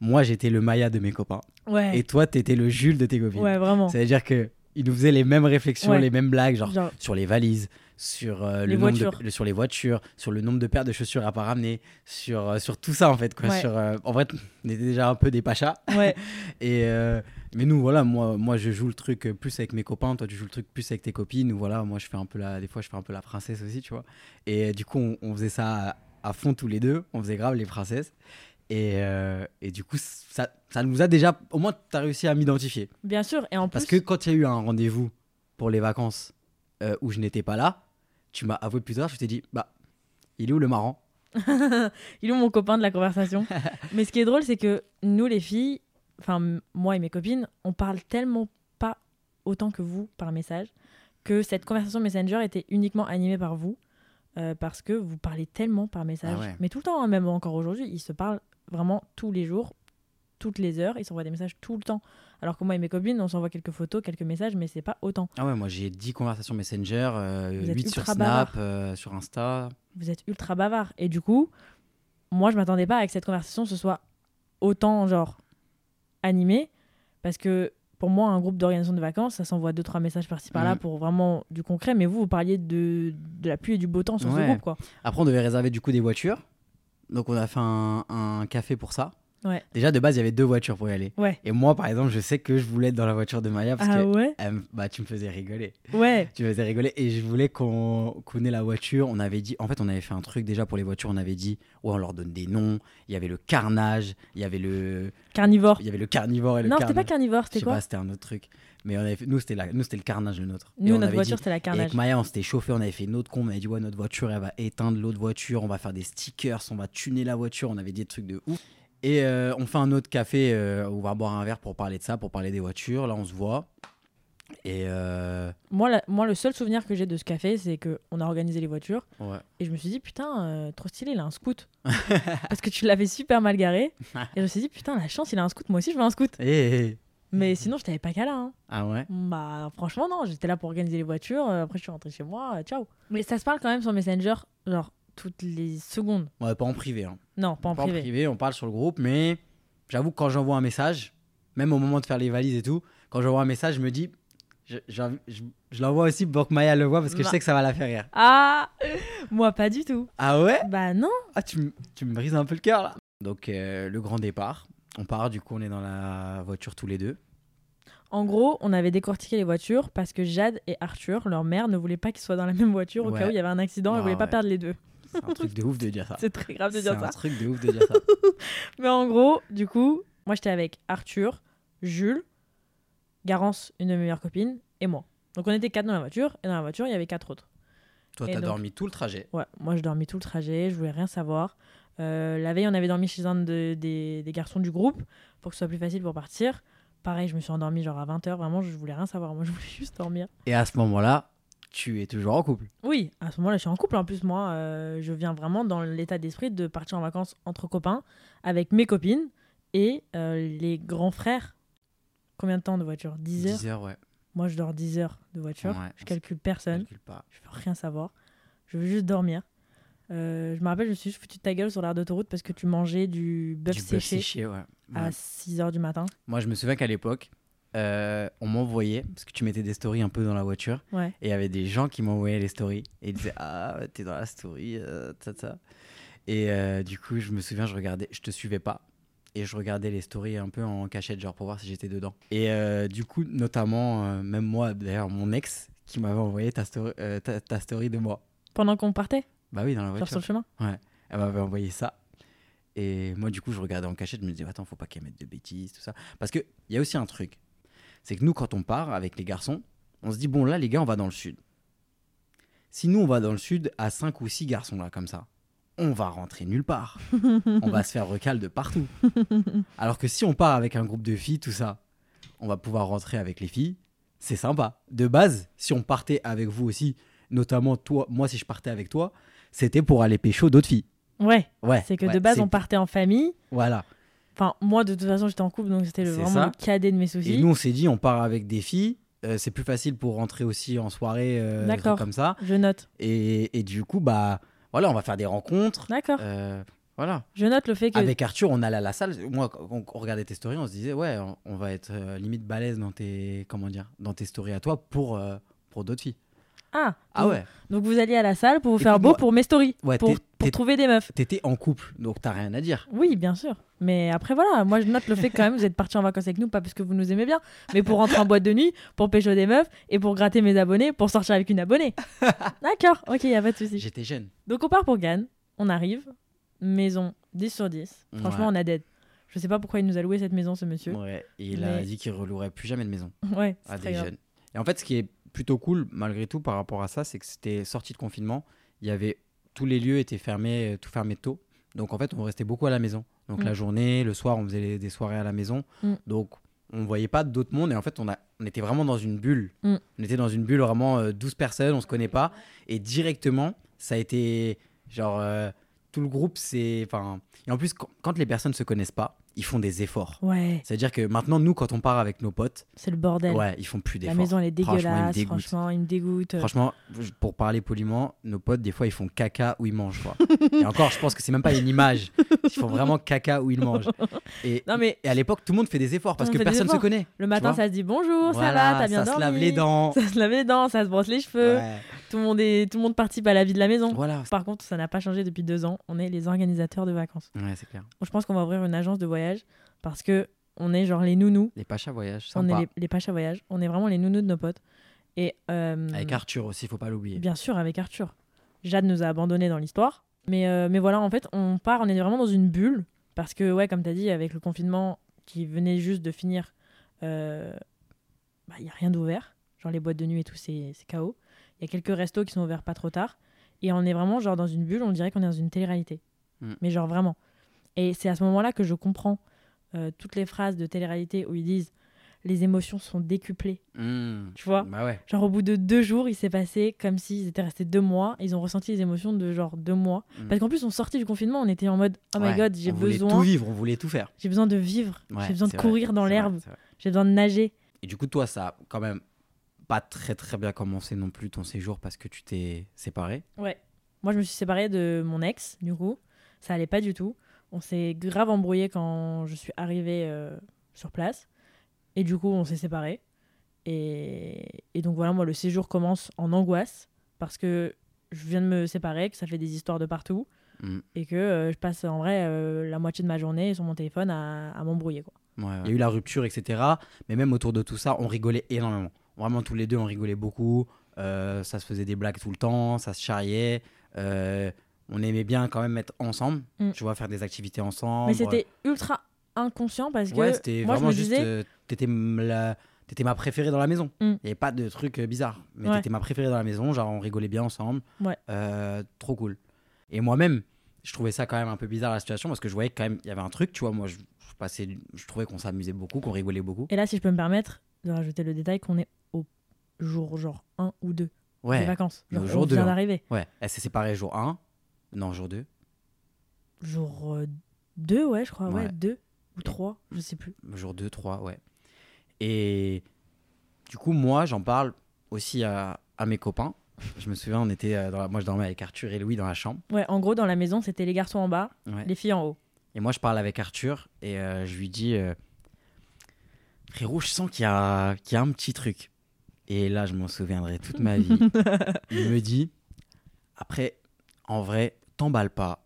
[SPEAKER 2] moi, j'étais le Maya de mes copains.
[SPEAKER 1] Ouais,
[SPEAKER 2] Et toi, t'étais le Jules de tes copines.
[SPEAKER 1] ouais vraiment.
[SPEAKER 2] C'est-à-dire que ils nous faisaient les mêmes réflexions,
[SPEAKER 1] Ouais.
[SPEAKER 2] les mêmes blagues, genre
[SPEAKER 1] Genre,
[SPEAKER 2] sur les valises, sur euh,
[SPEAKER 1] Les
[SPEAKER 2] le nombre
[SPEAKER 1] voitures.
[SPEAKER 2] de, le- sur les voitures, sur le nombre de paires de chaussures à pas ramener, sur euh, sur tout ça en fait quoi.
[SPEAKER 1] Ouais.
[SPEAKER 2] Sur, euh, en vrai, on était déjà un peu des pachas.
[SPEAKER 1] ouais.
[SPEAKER 2] (laughs) Et euh, mais nous voilà, moi moi je joue le truc euh, plus avec mes copains, toi tu joues le truc plus avec tes copines. Ou voilà, moi je fais un peu la, des fois je fais un peu la princesse aussi, tu vois. Et euh, du coup on, on faisait ça à, à fond tous les deux, on faisait grave les princesses. Et, euh, et du coup, ça, ça nous a déjà. Au moins, tu as réussi à m'identifier.
[SPEAKER 1] Bien sûr, et en
[SPEAKER 2] Parce que
[SPEAKER 1] plus,
[SPEAKER 2] quand il y a eu un rendez-vous pour les vacances euh, où je n'étais pas là, tu m'as avoué plus tard, je t'ai dit, bah, il est où le marrant
[SPEAKER 1] il est où mon copain de la
[SPEAKER 2] (laughs)
[SPEAKER 1] conversation. Mais ce qui est drôle, c'est que nous, les filles, enfin m- moi et mes copines, on parle tellement pas autant que vous par message que cette conversation Messenger était uniquement animée par vous euh, parce que vous parlez tellement par message.
[SPEAKER 2] Ah ouais.
[SPEAKER 1] Mais tout le temps, hein, même encore aujourd'hui, ils se parlent vraiment tous les jours, toutes les heures, ils s'envoient des messages tout le temps. Alors que moi et mes copines, on s'envoie quelques photos, quelques messages, mais c'est pas autant.
[SPEAKER 2] Ah ouais, moi j'ai 10 conversations Messenger, euh,
[SPEAKER 1] Vous êtes
[SPEAKER 2] 8 sur
[SPEAKER 1] ultra
[SPEAKER 2] Snap,
[SPEAKER 1] bavard.
[SPEAKER 2] euh, sur Insta.
[SPEAKER 1] vous êtes ultra bavard. Et du coup, moi, je m'attendais pas à que cette conversation ce soit autant, genre, animée. Parce que pour moi, un groupe d'organisation de vacances, ça s'envoie deux, trois messages par-ci par-là
[SPEAKER 2] Mm.
[SPEAKER 1] pour vraiment du concret. Mais vous, vous parliez de, de la pluie et du beau temps sur
[SPEAKER 2] Ouais.
[SPEAKER 1] ce groupe, quoi.
[SPEAKER 2] Après, on devait réserver du coup des voitures. Donc on a fait un, un café pour ça.
[SPEAKER 1] Ouais.
[SPEAKER 2] Déjà, de base, il y avait deux voitures pour y aller.
[SPEAKER 1] Ouais.
[SPEAKER 2] Et moi, par exemple, je sais que je voulais être dans la voiture de Maya parce
[SPEAKER 1] Ah
[SPEAKER 2] que
[SPEAKER 1] ouais
[SPEAKER 2] elle me- bah, tu me faisais rigoler.
[SPEAKER 1] Ouais.
[SPEAKER 2] Tu me faisais rigoler et je voulais qu'on qu'on ait la voiture. On avait dit, en fait, on avait fait un truc déjà pour les voitures. On avait dit, ouais, on leur donne des noms. Il y avait le carnage, il y avait le,
[SPEAKER 1] Carnivore.
[SPEAKER 2] il y avait le carnivore et le
[SPEAKER 1] non, c'était
[SPEAKER 2] carnage.
[SPEAKER 1] pas carnivore,
[SPEAKER 2] Je
[SPEAKER 1] c'était
[SPEAKER 2] sais
[SPEAKER 1] quoi
[SPEAKER 2] pas, c'était un autre truc. Mais on avait fait- nous, c'était la- nous, c'était le carnage le nôtre. Et
[SPEAKER 1] Nous,
[SPEAKER 2] on
[SPEAKER 1] notre
[SPEAKER 2] avait
[SPEAKER 1] voiture,
[SPEAKER 2] dit-
[SPEAKER 1] c'était la
[SPEAKER 2] et avec
[SPEAKER 1] carnage.
[SPEAKER 2] Maya, on s'était chauffé, on avait fait une autre con, on avait dit ouais notre voiture elle va éteindre l'autre voiture, on va faire des stickers, on va tuner la voiture, on avait dit des trucs de ouf. Et euh, on fait un autre café euh, où on va boire un verre pour parler de ça, pour parler des voitures. Là on se voit. Et euh,
[SPEAKER 1] Moi, la- moi, le seul souvenir que j'ai de ce café, c'est que on a organisé les voitures.
[SPEAKER 2] ouais.
[SPEAKER 1] Et je me suis dit, putain, euh, trop stylé, il a un scout. Parce que tu l'avais super mal garé. Et je me suis dit, putain, la chance, il a un scout, moi aussi je veux un scout.
[SPEAKER 2] Eh, eh, eh.
[SPEAKER 1] Mais sinon, je t'avais pas qu'à là. hein.
[SPEAKER 2] Ah ouais.
[SPEAKER 1] Bah, franchement, non, j'étais là pour organiser les voitures. euh, Après, je suis rentrée chez moi, euh, ciao. Mais ça se parle quand même sur Messenger, genre toutes les secondes.
[SPEAKER 2] Ouais, pas en privé. hein.
[SPEAKER 1] Non, pas en privé.
[SPEAKER 2] on parle sur le groupe, mais j'avoue que quand j'envoie un message, même au moment de faire les valises et tout, quand j'envoie un message, je me dis, je, j'en- je- je l'envoie aussi pour que Maya le voit parce que je
[SPEAKER 1] Ma-
[SPEAKER 2] sais que ça va la faire rire.
[SPEAKER 1] Ah, (laughs) moi, pas du tout.
[SPEAKER 2] Ah ouais
[SPEAKER 1] Bah, non.
[SPEAKER 2] Ah, tu, m- tu me brises un peu le cœur là. Donc, euh, le grand départ. On part, du coup, on est dans la voiture tous les deux.
[SPEAKER 1] En gros, on avait décortiqué les voitures parce que Jade et Arthur, leur mère, ne voulaient pas qu'ils soient dans la même voiture au
[SPEAKER 2] Ouais.
[SPEAKER 1] cas où il y avait un accident.
[SPEAKER 2] Ah
[SPEAKER 1] elle voulait pas
[SPEAKER 2] ouais.
[SPEAKER 1] perdre les deux.
[SPEAKER 2] C'est un truc de ouf de dire ça.
[SPEAKER 1] (laughs) C'est très grave de
[SPEAKER 2] C'est
[SPEAKER 1] dire
[SPEAKER 2] un
[SPEAKER 1] ça.
[SPEAKER 2] truc de ouf de dire ça.
[SPEAKER 1] Mais en gros, du coup, moi j'étais avec Arthur, Jules, Garance, une de mes meilleures copines, et moi. Donc on était quatre dans la voiture, et dans la voiture, il y avait quatre autres.
[SPEAKER 2] Toi,
[SPEAKER 1] Et
[SPEAKER 2] t'as
[SPEAKER 1] donc-
[SPEAKER 2] dormi tout le trajet.
[SPEAKER 1] Ouais, moi je dormis tout le trajet, je voulais rien savoir. Euh, la veille, on avait dormi chez un de- des, des garçons du groupe pour que ce soit plus facile pour partir. Pareil, je me suis endormie genre à 20h, vraiment, je voulais rien savoir. Moi, je voulais (laughs) juste dormir.
[SPEAKER 2] Et à ce moment-là, tu es toujours en couple.
[SPEAKER 1] Oui, à ce moment-là, je suis en couple. En plus, moi, euh, je viens vraiment dans l'état d'esprit de partir en vacances entre copains, avec mes copines et euh, les grands frères. Combien de temps de voiture 10 heures
[SPEAKER 2] 10 heures, ouais.
[SPEAKER 1] Moi, je dors 10 heures de voiture.
[SPEAKER 2] Ouais,
[SPEAKER 1] je
[SPEAKER 2] on
[SPEAKER 1] calcule personne.
[SPEAKER 2] Calcule pas.
[SPEAKER 1] Je veux rien savoir. Je veux juste dormir. Euh, je me rappelle, je me suis juste foutu de ta gueule sur l'aire d'autoroute parce que tu mangeais du bœuf
[SPEAKER 2] Du bœuf
[SPEAKER 1] séché
[SPEAKER 2] séché, ouais.
[SPEAKER 1] à
[SPEAKER 2] Ouais.
[SPEAKER 1] 6 heures du matin.
[SPEAKER 2] Moi, je me souviens qu'à l'époque, euh, on m'envoyait, parce que tu mettais des stories un peu dans la voiture,
[SPEAKER 1] Ouais.
[SPEAKER 2] et il y avait des gens qui m'envoyaient les stories, et ils disaient Ah, t'es dans la story, euh, ta, ta. Et euh, du coup, je me souviens, je regardais, je te suivais pas, et je regardais les stories un peu en cachette, genre pour voir si j'étais dedans. Et euh, du coup, notamment, euh, même moi, d'ailleurs, mon ex qui m'avait envoyé ta story, euh, ta, ta story de moi.
[SPEAKER 1] Pendant qu'on partait,
[SPEAKER 2] Bah oui, dans la
[SPEAKER 1] genre
[SPEAKER 2] voiture.
[SPEAKER 1] sur le chemin.
[SPEAKER 2] Elle m'avait envoyé ça. Et moi, du coup, je regardais en cachette, je me disais, attends, faut pas qu'elle mette de bêtises, tout ça. Parce qu'il y a aussi un truc. C'est que nous, quand on part avec les garçons, on se dit, bon, là, les gars, on va dans le sud. Si nous, on va dans le sud à 5 ou 6 garçons, là, comme ça, on va rentrer nulle part. on va se faire recal de partout. Alors que si on part avec un groupe de filles, tout ça, on va pouvoir rentrer avec les filles. C'est sympa. De base, si on partait avec vous aussi, notamment toi, moi, si je partais avec toi, c'était pour aller pécho d'autres filles.
[SPEAKER 1] Ouais.
[SPEAKER 2] Ouais,
[SPEAKER 1] C'est que
[SPEAKER 2] ouais,
[SPEAKER 1] de base,
[SPEAKER 2] c'est-
[SPEAKER 1] on partait en famille.
[SPEAKER 2] Voilà.
[SPEAKER 1] Enfin, moi, de toute façon, j'étais en couple, donc c'était le-
[SPEAKER 2] C'est
[SPEAKER 1] vraiment
[SPEAKER 2] ça.
[SPEAKER 1] le cadet de mes
[SPEAKER 2] Et
[SPEAKER 1] soucis.
[SPEAKER 2] nous, on s'est dit, on part avec des filles. euh, c'est plus facile pour rentrer aussi en soirée, euh, des trucs
[SPEAKER 1] D'accord.
[SPEAKER 2] comme ça.
[SPEAKER 1] Je note.
[SPEAKER 2] Et, et du coup, bah, voilà, on va faire des rencontres.
[SPEAKER 1] D'accord.
[SPEAKER 2] euh, voilà.
[SPEAKER 1] Je note le fait que.
[SPEAKER 2] Avec Arthur, on allait à la salle. Moi, quand on, on regardait tes stories, on se disait, ouais, on, on va être euh, limite balèze dans tes, comment dire, dans tes stories à toi pour, euh, pour d'autres filles.
[SPEAKER 1] Ah,
[SPEAKER 2] Ah
[SPEAKER 1] donc-
[SPEAKER 2] ouais,
[SPEAKER 1] Donc vous alliez à la salle pour vous
[SPEAKER 2] Et
[SPEAKER 1] faire
[SPEAKER 2] puis
[SPEAKER 1] beau
[SPEAKER 2] moi-
[SPEAKER 1] pour mes stories.
[SPEAKER 2] ouais
[SPEAKER 1] pour
[SPEAKER 2] t'es-
[SPEAKER 1] pour
[SPEAKER 2] t'es-
[SPEAKER 1] trouver des meufs.
[SPEAKER 2] t'étais en couple, donc t'as rien à dire.
[SPEAKER 1] Oui, bien sûr. Mais après, voilà, moi je note le fait que quand même vous êtes partis en vacances avec nous, pas parce que vous nous aimez bien, mais pour rentrer en boîte de nuit, pour pécho des meufs et pour gratter mes abonnés, pour sortir avec une
[SPEAKER 2] (laughs)
[SPEAKER 1] abonnée. D'accord, ok, y a pas de souci.
[SPEAKER 2] J'étais jeune.
[SPEAKER 1] Donc on part pour Cannes, on arrive, maison 10 sur 10. Franchement,
[SPEAKER 2] Ouais.
[SPEAKER 1] on a dead. Je sais pas pourquoi il nous a loué cette maison, ce monsieur.
[SPEAKER 2] Ouais, et il a
[SPEAKER 1] Mais-
[SPEAKER 2] dit qu'il relouerait plus jamais de maison.
[SPEAKER 1] Ouais, c'est
[SPEAKER 2] à
[SPEAKER 1] très
[SPEAKER 2] Ah, des
[SPEAKER 1] grave.
[SPEAKER 2] jeunes. Et en fait, ce qui est plutôt cool, malgré tout, par rapport à ça, c'est que c'était sorti de confinement. Il y avait tous les lieux étaient fermés, euh, tout fermé tôt. Donc en fait, on restait beaucoup à la maison. Donc
[SPEAKER 1] Mm.
[SPEAKER 2] la journée, le soir, on faisait les- des soirées à la maison.
[SPEAKER 1] Mm.
[SPEAKER 2] Donc on ne voyait pas d'autres mondes. Et en fait, on, a, on était vraiment dans une bulle.
[SPEAKER 1] Mm.
[SPEAKER 2] On était dans une bulle vraiment euh, 12 personnes, on se connaît pas. Et directement, ça a été genre euh, tout le groupe, c'est. Enfin... Et en plus, quand- quand les personnes se connaissent pas, ils font des efforts.
[SPEAKER 1] Ouais,
[SPEAKER 2] C'est-à-dire que maintenant, nous, quand on part avec nos potes,
[SPEAKER 1] c'est le bordel.
[SPEAKER 2] ouais, ils font plus
[SPEAKER 1] La
[SPEAKER 2] d'efforts.
[SPEAKER 1] maison euh, elle est
[SPEAKER 2] Franchement, il me
[SPEAKER 1] dégueulasse,
[SPEAKER 2] dégoûte.
[SPEAKER 1] franchement, il me dégoûte.
[SPEAKER 2] Franchement, je- pour parler poliment, nos potes, des fois, ils font caca où ils mangent.
[SPEAKER 1] (laughs)
[SPEAKER 2] quoi. et encore, je pense que c'est même pas une image. Ils font vraiment caca où ils mangent. Et,
[SPEAKER 1] Non mais
[SPEAKER 2] et à l'époque, tout le monde fait des efforts parce
[SPEAKER 1] Tout le
[SPEAKER 2] que
[SPEAKER 1] monde fait des
[SPEAKER 2] personne se
[SPEAKER 1] efforts.
[SPEAKER 2] connaît.
[SPEAKER 1] le matin
[SPEAKER 2] vois
[SPEAKER 1] ça se dit bonjour, ça va,
[SPEAKER 2] Voilà,
[SPEAKER 1] t'as bien
[SPEAKER 2] ça
[SPEAKER 1] dormi.
[SPEAKER 2] se lave les
[SPEAKER 1] (laughs)
[SPEAKER 2] dents.
[SPEAKER 1] Ça se lave les dents, ça se brosse les cheveux.
[SPEAKER 2] Ouais.
[SPEAKER 1] Tout, le monde est, tout le monde participe à la vie de la maison.
[SPEAKER 2] Voilà.
[SPEAKER 1] Par contre, ça n'a pas changé depuis deux ans. On est les organisateurs de vacances.
[SPEAKER 2] Ouais, c'est clair.
[SPEAKER 1] Je pense qu'on va ouvrir une agence de voyage parce que on est genre les nounous.
[SPEAKER 2] Les Pachas voyagent,
[SPEAKER 1] On
[SPEAKER 2] sympa.
[SPEAKER 1] est les, les pachas voyage. On est vraiment les nounous de nos potes. Et euh,
[SPEAKER 2] Avec Arthur aussi, faut pas l'oublier.
[SPEAKER 1] Bien sûr, avec Arthur. Jade nous a abandonnés dans l'histoire. Mais, euh, mais voilà, en fait, on part, on est vraiment dans une bulle. Parce que, ouais, comme tu as dit, avec le confinement qui venait juste de finir, il n'y a rien d'ouvert. Genre les boîtes de nuit et tout, c'est c'est KO. Il y a quelques restos qui sont ouverts pas trop tard. Et on est vraiment genre dans une bulle, on dirait qu'on est dans une télé-réalité.
[SPEAKER 2] Mm.
[SPEAKER 1] Mais genre vraiment. Et c'est à ce moment-là que je comprends euh, toutes les phrases de télé-réalité où ils disent les émotions sont décuplées.
[SPEAKER 2] Mmh.
[SPEAKER 1] Tu vois
[SPEAKER 2] Bah ouais.
[SPEAKER 1] Genre au bout de deux jours, il s'est passé comme s'ils étaient restés deux mois. Ils ont ressenti les émotions de genre deux mois.
[SPEAKER 2] Mm.
[SPEAKER 1] Parce qu'en plus, on sortit du confinement, on était en mode oh my
[SPEAKER 2] Ouais.
[SPEAKER 1] god, j'ai
[SPEAKER 2] on voulait tout
[SPEAKER 1] besoin,
[SPEAKER 2] vivre, on voulait tout faire.
[SPEAKER 1] j'ai besoin de vivre,
[SPEAKER 2] Ouais,
[SPEAKER 1] j'ai besoin de
[SPEAKER 2] c'est vrai,
[SPEAKER 1] courir dans
[SPEAKER 2] c'est vrai,
[SPEAKER 1] l'herbe,
[SPEAKER 2] c'est vrai.
[SPEAKER 1] j'ai besoin de nager.
[SPEAKER 2] Et du coup, toi, ça a quand même pas très très bien commencé non plus ton séjour parce que tu t'es séparé.
[SPEAKER 1] Ouais. Moi, je me suis séparée de mon ex, du coup. Ça allait pas du tout. On s'est grave embrouillé quand je suis arrivée euh, sur place. Et du coup, on s'est séparés. Et... et donc, voilà, moi, le séjour commence en angoisse parce que je viens de me séparer, que ça fait des histoires de partout.
[SPEAKER 2] Mm.
[SPEAKER 1] Et que euh, je passe en vrai euh, la moitié de ma journée sur mon téléphone à, à m'embrouiller. quoi.
[SPEAKER 2] Il y a eu la rupture, etc. Mais même autour de tout ça, on rigolait énormément. Vraiment, tous les deux, on rigolait beaucoup. Euh, ça se faisait des blagues tout le temps, ça se charriait. Euh, on aimait bien quand même être ensemble,
[SPEAKER 1] Mm.
[SPEAKER 2] tu vois, faire des activités ensemble.
[SPEAKER 1] Mais c'était ultra inconscient parce que
[SPEAKER 2] Ouais, c'était
[SPEAKER 1] moi, je
[SPEAKER 2] vraiment
[SPEAKER 1] me
[SPEAKER 2] juste.
[SPEAKER 1] disais,
[SPEAKER 2] euh, T'étais m- la- t'étais ma préférée dans la maison.
[SPEAKER 1] Mm.
[SPEAKER 2] Il n'y avait pas de truc euh, bizarre. Mais
[SPEAKER 1] Ouais.
[SPEAKER 2] t'étais ma préférée dans la maison, genre on rigolait bien ensemble.
[SPEAKER 1] Ouais.
[SPEAKER 2] Euh, trop cool. Et moi-même, je trouvais ça quand même un peu bizarre la situation parce que je voyais que quand même, il y avait un truc, tu vois. Moi, je, je passais, je trouvais qu'on s'amusait beaucoup, qu'on rigolait beaucoup.
[SPEAKER 1] Et là, si je peux me permettre de rajouter le détail qu'on est au jour genre 1 ou 2. les
[SPEAKER 2] Ouais.
[SPEAKER 1] vacances.
[SPEAKER 2] Le
[SPEAKER 1] Genre,
[SPEAKER 2] jour
[SPEAKER 1] on
[SPEAKER 2] de,
[SPEAKER 1] vient
[SPEAKER 2] hein.
[SPEAKER 1] d'arriver.
[SPEAKER 2] Ouais. Elle s'est séparée jour 1. Non, jour 2.
[SPEAKER 1] Jour 2, ouais, je crois. Ouais,
[SPEAKER 2] Ouais.
[SPEAKER 1] 2 ou 3, je sais plus.
[SPEAKER 2] Jour 2, 3, ouais. Et du coup, moi, j'en parle aussi à, à mes copains. Je me souviens, on était euh, dans la- moi, je dormais avec Arthur et Louis dans la chambre.
[SPEAKER 1] Ouais, en gros, dans la maison, c'était les garçons en bas,
[SPEAKER 2] Ouais.
[SPEAKER 1] les filles en haut.
[SPEAKER 2] Et moi, je parle avec Arthur et euh, je lui dis euh, Frérot, je sens qu'il y, a- qu'il y a un petit truc. Et là, je m'en souviendrai toute ma vie. Il me dit Après, en vrai, t'emballe pas.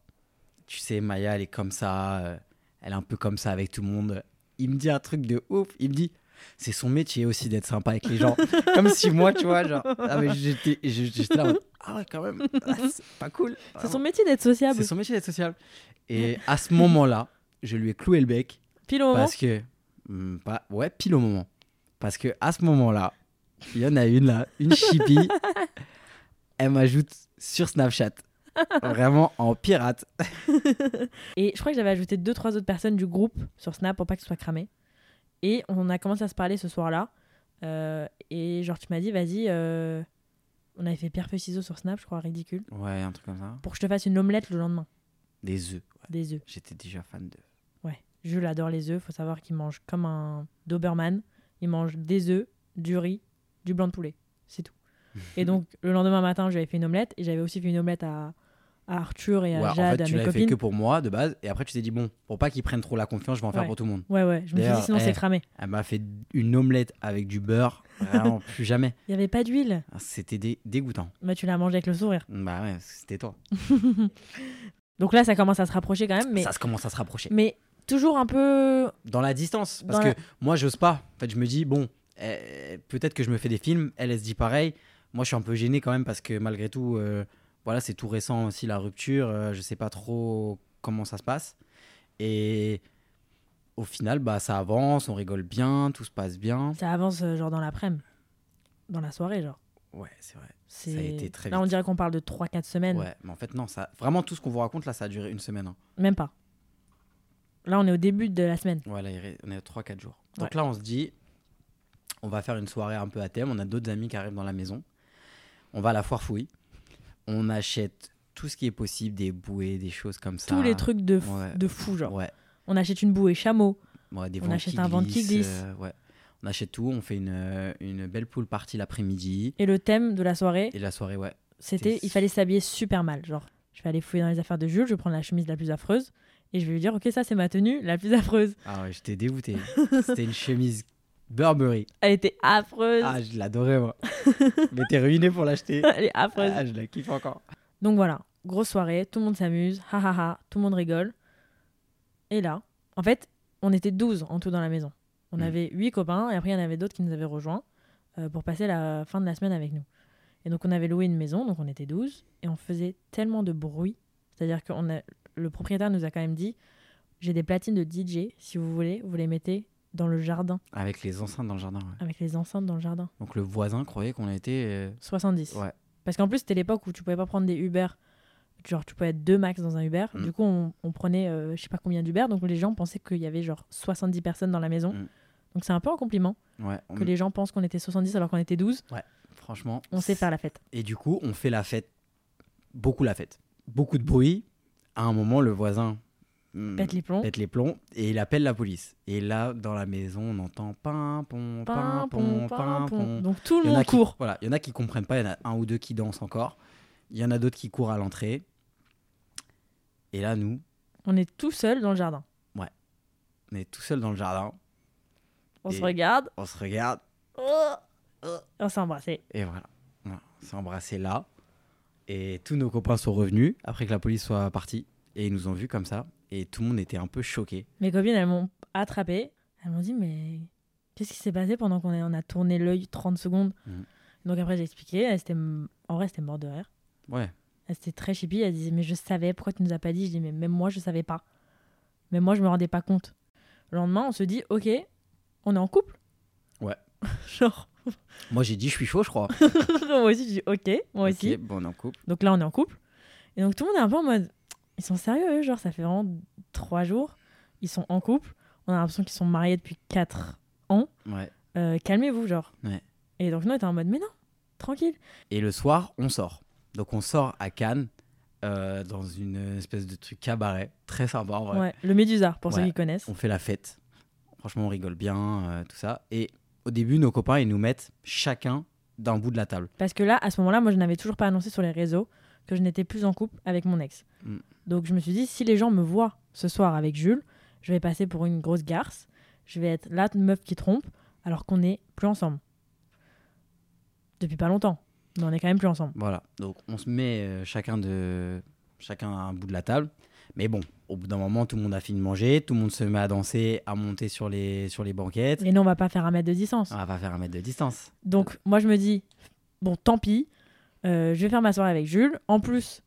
[SPEAKER 2] Tu sais, Maya, elle est comme ça. euh, elle est un peu comme ça avec tout le monde. Il me dit un truc de ouf. Il me dit C'est son métier aussi d'être sympa avec les gens. comme si moi, tu vois, genre. Ah, mais j'étais j'étais là en mode, Ah ouais, quand même. (laughs) Ah, c'est pas cool.
[SPEAKER 1] C'est son métier d'être sociable.
[SPEAKER 2] C'est son métier d'être sociable. Et à ce moment-là, je lui ai cloué le bec
[SPEAKER 1] Pile au moment.
[SPEAKER 2] parce que Hmm, pas ouais, pile au moment. Parce que à ce moment-là, il y en a une là, une
[SPEAKER 1] (laughs)
[SPEAKER 2] chipie. elle m'ajoute sur Snapchat. Vraiment en pirate.
[SPEAKER 1] Et je crois que j'avais ajouté deux, trois autres personnes du groupe sur Snap pour pas que ce soit cramé. Et on a commencé à se parler ce soir-là. Euh, et genre, tu m'as dit, vas-y, euh, on avait fait pierre feuille ciseaux sur Snap, je crois, ridicule,
[SPEAKER 2] Ouais, un truc comme ça.
[SPEAKER 1] pour que je te fasse une omelette le lendemain
[SPEAKER 2] Des œufs. Ouais,
[SPEAKER 1] des œufs.
[SPEAKER 2] J'étais déjà fan de.
[SPEAKER 1] Ouais, je l'adore les œufs. Faut savoir qu'il mange comme un Doberman. Il mange des œufs, du riz, du blanc de poulet. C'est
[SPEAKER 2] (laughs)
[SPEAKER 1] tout. et donc, le lendemain matin, j'avais fait une omelette. Et j'avais aussi fait une omelette à, à Arthur et à
[SPEAKER 2] Ouais, en
[SPEAKER 1] Jade,
[SPEAKER 2] fait, tu
[SPEAKER 1] à mes
[SPEAKER 2] l'avais fait
[SPEAKER 1] copines.
[SPEAKER 2] que pour moi de base. Et après, tu t'es dit, bon, pour pas qu'ils prennent trop la confiance, je vais en faire
[SPEAKER 1] Ouais.
[SPEAKER 2] pour tout le monde.
[SPEAKER 1] Ouais, ouais. Je me suis dit,
[SPEAKER 2] D'ailleurs,
[SPEAKER 1] sinon,
[SPEAKER 2] eh.
[SPEAKER 1] c'est cramé.
[SPEAKER 2] Elle m'a fait une omelette avec du beurre.
[SPEAKER 1] (laughs)
[SPEAKER 2] Vraiment, plus jamais.
[SPEAKER 1] Il n'y avait pas d'huile.
[SPEAKER 2] C'était dé- dégoûtant.
[SPEAKER 1] Bah, tu l'as mangé avec le sourire.
[SPEAKER 2] Bah ouais, c'était toi.
[SPEAKER 1] Donc là, ça commence à se rapprocher quand même, mais,
[SPEAKER 2] Ça se commence à se rapprocher.
[SPEAKER 1] mais toujours un peu.
[SPEAKER 2] Dans la distance. Parce
[SPEAKER 1] Dans la-
[SPEAKER 2] que moi, j'ose pas. En fait, je me dis, bon, euh, peut-être que je me fais des films. Elle, elle se dit pareil. Moi, je suis un peu gêné quand même parce que malgré tout, euh, voilà, c'est tout récent aussi la rupture. euh, je sais pas trop comment ça se passe. Et au final, bah, ça avance, on rigole bien, tout se passe bien.
[SPEAKER 1] Ça avance euh, genre dans l'après-midi, dans la soirée, genre.
[SPEAKER 2] Ouais, c'est vrai.
[SPEAKER 1] C'est-
[SPEAKER 2] Ça a été très
[SPEAKER 1] là, on
[SPEAKER 2] vite.
[SPEAKER 1] dirait qu'on parle de 3-4 semaines,
[SPEAKER 2] Ouais, mais en fait, non, ça... vraiment tout ce qu'on vous raconte là, ça a duré une semaine. hein.
[SPEAKER 1] même pas. Là, on est au début de la semaine.
[SPEAKER 2] Voilà, il ré- on est à 3-4 jours.
[SPEAKER 1] Ouais.
[SPEAKER 2] Donc là, on se dit, on va faire une soirée un peu à thème. On a d'autres amis qui arrivent dans la maison. On va à la foire fouille. On achète tout ce qui est possible, des bouées, des choses comme ça.
[SPEAKER 1] Tous les trucs de, f-
[SPEAKER 2] ouais.
[SPEAKER 1] de fou, genre.
[SPEAKER 2] Ouais,
[SPEAKER 1] On achète une bouée chameau.
[SPEAKER 2] ouais, des
[SPEAKER 1] On
[SPEAKER 2] ventes
[SPEAKER 1] achète
[SPEAKER 2] qui
[SPEAKER 1] un vent qui
[SPEAKER 2] glissent,
[SPEAKER 1] glisse.
[SPEAKER 2] euh, ouais. On achète tout. On fait une, euh, une belle pool party l'après-midi.
[SPEAKER 1] Et le thème de la soirée,
[SPEAKER 2] Et la soirée, ouais.
[SPEAKER 1] c'était
[SPEAKER 2] c'était-
[SPEAKER 1] il fallait s'habiller super mal. Genre, je vais aller fouiller dans les affaires de Jules, je vais prendre la chemise la plus affreuse et je vais lui dire, ok, ça, c'est ma tenue la plus affreuse.
[SPEAKER 2] Ah ouais,
[SPEAKER 1] (laughs)
[SPEAKER 2] j'étais dégoûté. C'était une chemise Burberry.
[SPEAKER 1] Elle était affreuse.
[SPEAKER 2] Ah, je l'adorais, moi. Mais t'es ruiné pour l'acheter.
[SPEAKER 1] (laughs) Elle est affreuse.
[SPEAKER 2] Ah, je la kiffe encore.
[SPEAKER 1] Donc voilà, grosse soirée, tout le monde s'amuse, ha ha ha, tout le monde rigole. Et là, en fait, on était 12 en tout dans la maison. On
[SPEAKER 2] Mm.
[SPEAKER 1] avait 8 copains et après il y en avait d'autres qui nous avaient rejoints euh, pour passer la fin de la semaine avec nous. Et donc on avait loué une maison, donc on était 12 et on faisait tellement de bruit. C'est-à-dire que le propriétaire nous a quand même dit j'ai des platines de DJ, si vous voulez, vous les mettez dans le jardin,
[SPEAKER 2] Avec les enceintes dans le jardin, ouais.
[SPEAKER 1] avec les enceintes dans le jardin.
[SPEAKER 2] Donc le voisin croyait qu'on était. euh,
[SPEAKER 1] 70.
[SPEAKER 2] Ouais.
[SPEAKER 1] Parce qu'en plus, c'était l'époque où tu pouvais pas prendre des Uber. Genre, tu pouvais être deux max dans un Uber.
[SPEAKER 2] Mm.
[SPEAKER 1] Du coup, on, on prenait euh, je sais pas combien d'Uber. Donc, les gens pensaient qu'il y avait genre 70 personnes dans la maison.
[SPEAKER 2] Mm.
[SPEAKER 1] Donc, c'est un peu un compliment
[SPEAKER 2] Ouais, on-
[SPEAKER 1] que les gens pensent qu'on était 70 alors qu'on était 12.
[SPEAKER 2] franchement.
[SPEAKER 1] On sait faire la fête.
[SPEAKER 2] Et du coup, on fait la fête. Beaucoup la fête. Beaucoup de bruit. À un moment, le voisin hmm,
[SPEAKER 1] Pète les plombs.
[SPEAKER 2] pète les plombs et il appelle la police. Et là, dans la maison, on entend pin, pon,
[SPEAKER 1] Pin,
[SPEAKER 2] pin,
[SPEAKER 1] pon,
[SPEAKER 2] pon,
[SPEAKER 1] pin,
[SPEAKER 2] pin,
[SPEAKER 1] pon.
[SPEAKER 2] pon.
[SPEAKER 1] Donc, tout le
[SPEAKER 2] Il y en a
[SPEAKER 1] monde
[SPEAKER 2] qui,
[SPEAKER 1] court.
[SPEAKER 2] voilà, il y en a qui comprennent pas, il y en a un ou deux qui dansent encore. Il y en a d'autres qui courent à l'entrée. Et là, nous,
[SPEAKER 1] On est tout seul dans le jardin.
[SPEAKER 2] on est tout seul dans le jardin,
[SPEAKER 1] On se
[SPEAKER 2] Et-
[SPEAKER 1] regarde.
[SPEAKER 2] on se regarde
[SPEAKER 1] Oh Et on s'est embrassés.
[SPEAKER 2] Et voilà. Voilà. On s'est embrassés là. Et tous nos copains sont revenus après que la police soit partie. Et ils nous ont vus comme ça. Et tout le monde était un peu choqué.
[SPEAKER 1] Mes copines, elles m'ont attrapé. Elles m'ont dit, mais qu'est-ce qui s'est passé pendant qu'on a, on a tourné l'œil 30 secondes
[SPEAKER 2] Mhm.
[SPEAKER 1] Donc, après, j'ai expliqué. Elles étaient m- En vrai, c'était mort de rire.
[SPEAKER 2] Ouais.
[SPEAKER 1] Elle était très chippie. Elle disait, mais je savais, pourquoi tu nous as pas dit Je dis, mais même moi, je savais pas. Même moi, je me rendais pas compte. Le lendemain, on se dit, ok, on est en couple
[SPEAKER 2] Ouais.
[SPEAKER 1] (laughs) Genre,
[SPEAKER 2] Moi j'ai dit je suis chaud, je crois.
[SPEAKER 1] moi aussi, je dis, ok, moi
[SPEAKER 2] Ok,
[SPEAKER 1] aussi.
[SPEAKER 2] Bon, on est en couple.
[SPEAKER 1] Donc là, on est en couple. Et donc, tout le monde est un peu en mode, ils sont sérieux, eux, genre, ça fait vraiment trois jours. Ils sont en couple. On a l'impression qu'ils sont mariés depuis quatre.
[SPEAKER 2] Ouais.
[SPEAKER 1] Euh, Calmez-vous, genre.
[SPEAKER 2] Ouais.
[SPEAKER 1] Et donc, nous, on était en mode, mais non, tranquille.
[SPEAKER 2] Et le soir, on sort. Donc on sort à Cannes euh, dans une espèce de truc cabaret, très sympa en vrai.
[SPEAKER 1] Ouais, le Médusa, pour ceux
[SPEAKER 2] Ouais.
[SPEAKER 1] qui connaissent.
[SPEAKER 2] On fait la fête. Franchement, on rigole bien, euh, tout ça. Et au début, nos copains, ils nous mettent chacun d'un bout de la table.
[SPEAKER 1] Parce que là, à ce moment-là, moi, je n'avais toujours pas annoncé sur les réseaux que je n'étais plus en couple avec mon ex.
[SPEAKER 2] Mm.
[SPEAKER 1] Donc je me suis dit, si les gens me voient ce soir avec Jules, je vais passer pour une grosse garce. Je vais être la meuf qui trompe, alors qu'on n'est plus ensemble. Depuis pas longtemps. Mais on est quand même plus ensemble.
[SPEAKER 2] Voilà. Donc on se met euh, chacun de chacun à un bout de la table. Mais bon, au bout d'un moment, tout le monde a fini de manger, tout le monde se met à danser, à monter sur les sur les banquettes.
[SPEAKER 1] Et non, on va pas faire un mètre de distance.
[SPEAKER 2] On va pas faire un mètre de distance.
[SPEAKER 1] Donc moi je me dis, bon tant pis, euh, je vais faire ma soirée avec Jules. En plus,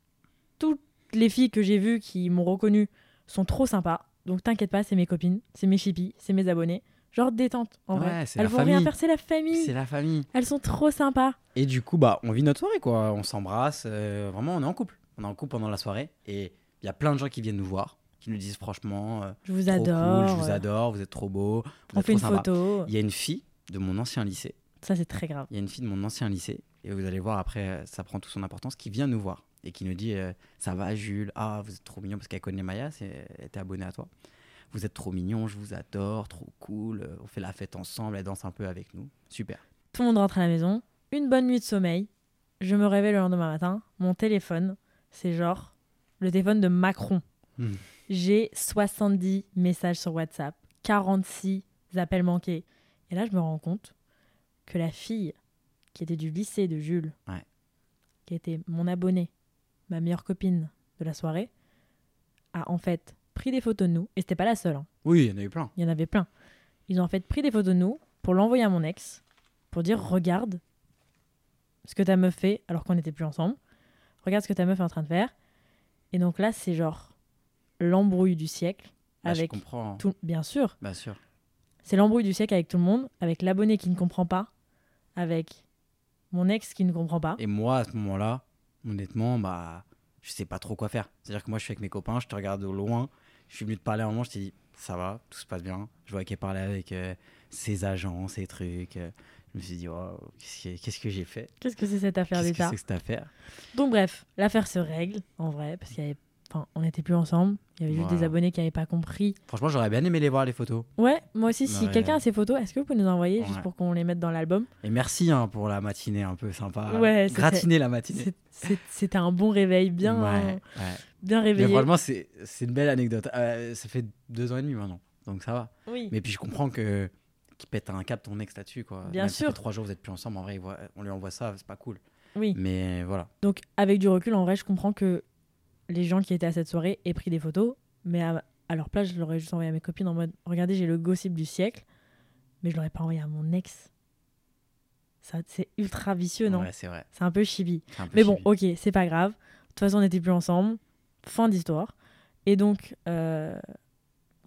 [SPEAKER 1] toutes les filles que j'ai vues qui m'ont reconnue sont trop sympas. Donc t'inquiète pas, c'est mes copines, c'est mes chippies, c'est mes abonnés. Genre détente en vrai.
[SPEAKER 2] Ouais, c'est
[SPEAKER 1] Elles
[SPEAKER 2] la
[SPEAKER 1] vont rien
[SPEAKER 2] famille.
[SPEAKER 1] faire, c'est la famille.
[SPEAKER 2] C'est la famille.
[SPEAKER 1] Elles sont trop sympas.
[SPEAKER 2] Et du coup, bah, on vit notre soirée, quoi. On s'embrasse. euh, vraiment, on est en couple. On est en couple pendant la soirée. Et il y a plein de gens qui viennent nous voir, qui nous disent franchement, euh,
[SPEAKER 1] Je vous
[SPEAKER 2] trop
[SPEAKER 1] adore.
[SPEAKER 2] cool, je vous
[SPEAKER 1] euh,
[SPEAKER 2] adore, vous êtes trop beau. Vous
[SPEAKER 1] On
[SPEAKER 2] êtes
[SPEAKER 1] fait une
[SPEAKER 2] trop sympa.
[SPEAKER 1] photo.
[SPEAKER 2] Il y a une fille de mon ancien lycée.
[SPEAKER 1] Ça c'est très grave.
[SPEAKER 2] Il y a une fille de mon ancien lycée. Et vous allez voir après, euh, ça prend toute son importance, qui vient nous voir et qui nous dit euh, Ça va, Jules Ah, vous êtes trop mignon, parce qu'elle connaît Maya, c'est- euh, elle était abonnée à toi. Vous êtes trop mignon, je vous adore, trop cool. euh, On fait la fête ensemble, elle danse un peu avec nous. Super.
[SPEAKER 1] Tout le monde rentre à la maison. Une bonne nuit de sommeil. Je me réveille le lendemain matin. Mon téléphone, c'est genre le téléphone de Macron.
[SPEAKER 2] Hmm.
[SPEAKER 1] J'ai 70 messages sur WhatsApp, 46 appels manqués. Et là, je me rends compte que la fille qui était du lycée de Jules,
[SPEAKER 2] Ouais.
[SPEAKER 1] qui était mon abonnée, ma meilleure copine de la soirée, a en fait pris des photos de nous. Et c'était pas la seule. hein.
[SPEAKER 2] Oui, il y en a eu plein.
[SPEAKER 1] Il y en avait plein. Ils ont en fait pris des photos de nous pour l'envoyer à mon ex, pour dire regarde ce que ta meuf fait alors qu'on n'était plus ensemble. Regarde ce que ta meuf est en train de faire. Et donc là, c'est genre l'embrouille du siècle
[SPEAKER 2] Bah, Je
[SPEAKER 1] avec
[SPEAKER 2] comprends.
[SPEAKER 1] tout. Bien sûr,
[SPEAKER 2] Bien sûr.
[SPEAKER 1] c'est l'embrouille du siècle avec tout le monde, avec l'abonné qui ne comprend pas, avec mon ex qui ne comprend pas.
[SPEAKER 2] Et moi, à ce moment-là, honnêtement, bah, je sais pas trop quoi faire. C'est-à-dire que moi, je suis avec mes copains, je te regarde au loin, je suis venu te parler à un moment, je t'ai dit, ça va, tout se passe bien. Je vois qu'elle parlait avec euh, ses agents, ses trucs. euh, je me suis dit, Waouh, qu'est-ce que, qu'est-ce que j'ai fait
[SPEAKER 1] Qu'est-ce que c'est cette affaire
[SPEAKER 2] Qu'est-ce que
[SPEAKER 1] d'État
[SPEAKER 2] c'est que cette affaire
[SPEAKER 1] Donc bref, l'affaire se règle en vrai parce qu'il y avait, enfin, on n'était plus ensemble. Il y avait juste des
[SPEAKER 2] Voilà.
[SPEAKER 1] abonnés qui n'avaient pas compris
[SPEAKER 2] Franchement, j'aurais bien aimé les voir, les photos.
[SPEAKER 1] Ouais, moi aussi, si
[SPEAKER 2] Ouais.
[SPEAKER 1] quelqu'un a ces photos, est-ce que vous pouvez nous envoyer juste
[SPEAKER 2] Ouais.
[SPEAKER 1] pour qu'on les mette dans l'album
[SPEAKER 2] Et merci hein, pour la matinée un peu sympa.
[SPEAKER 1] Ouais, c'était-
[SPEAKER 2] Gratiner la matinée.
[SPEAKER 1] C'est- c'est- C'était un bon réveil, bien, hein.
[SPEAKER 2] Ouais, ouais.
[SPEAKER 1] bien
[SPEAKER 2] Mais
[SPEAKER 1] réveillé.
[SPEAKER 2] franchement, c'est c'est une belle anecdote. Euh, ça fait deux ans et demi maintenant, donc ça va.
[SPEAKER 1] Oui.
[SPEAKER 2] Mais puis je comprends que qu'il pète un cap ton ex là-dessus quoi.
[SPEAKER 1] Bien
[SPEAKER 2] Même si ça
[SPEAKER 1] sûr.
[SPEAKER 2] fait trois jours vous êtes plus ensemble en vrai il voit- on lui envoie ça c'est pas cool.
[SPEAKER 1] oui.
[SPEAKER 2] Mais voilà.
[SPEAKER 1] Donc, avec du recul, en vrai, je comprends que les gens qui étaient à cette soirée aient pris des photos, mais à, à leur place, je l'aurais juste envoyé à mes copines en mode Regardez, j'ai le gossip du siècle, mais je l'aurais pas envoyé à mon ex. Ça, C'est ultra vicieux, non
[SPEAKER 2] Ouais, c'est vrai.
[SPEAKER 1] C'est un peu chibi.
[SPEAKER 2] C'est un peu
[SPEAKER 1] Mais bon,
[SPEAKER 2] chibi.
[SPEAKER 1] ok, c'est pas grave. De toute façon, on n'était plus ensemble. Fin d'histoire. Et donc, euh,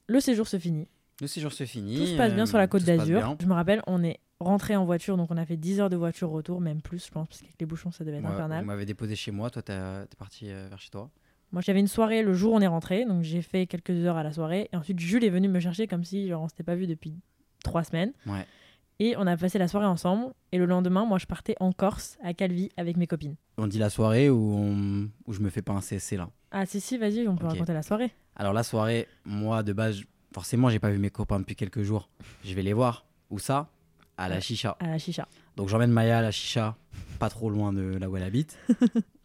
[SPEAKER 1] le séjour se finit.
[SPEAKER 2] le séjour se finit.
[SPEAKER 1] Tout se passe bien
[SPEAKER 2] euh,
[SPEAKER 1] sur la côte
[SPEAKER 2] tout se passe
[SPEAKER 1] d'Azur.
[SPEAKER 2] bien.
[SPEAKER 1] Je me rappelle, on est rentré en voiture, donc on a fait 10 heures de voiture retour, même plus, je pense, parce qu'avec les bouchons, ça devait être
[SPEAKER 2] Moi,
[SPEAKER 1] infernal.
[SPEAKER 2] vous m'avez déposé chez moi, toi t'as- t'es parti euh, vers chez toi.
[SPEAKER 1] Moi, j'avais une soirée le jour où on est rentré, donc j'ai fait quelques heures à la soirée. Et ensuite, Jules est venu me chercher comme si genre, on s'était pas vu depuis 3 semaines.
[SPEAKER 2] Ouais.
[SPEAKER 1] Et on a passé la soirée ensemble. Et le lendemain, moi, je partais en Corse, à Calvi, avec mes copines.
[SPEAKER 2] On dit la soirée où, on- où je me fais pas un CSC là.
[SPEAKER 1] Ah, si, si, vas-y, on peut
[SPEAKER 2] Ok.
[SPEAKER 1] raconter la soirée.
[SPEAKER 2] Alors la soirée, moi de base je- forcément j'ai pas vu mes copains depuis quelques jours. Je vais les voir. Où ça À la chicha.
[SPEAKER 1] À la chicha.
[SPEAKER 2] Donc j'emmène Maya à la chicha, pas trop loin de là où elle habite.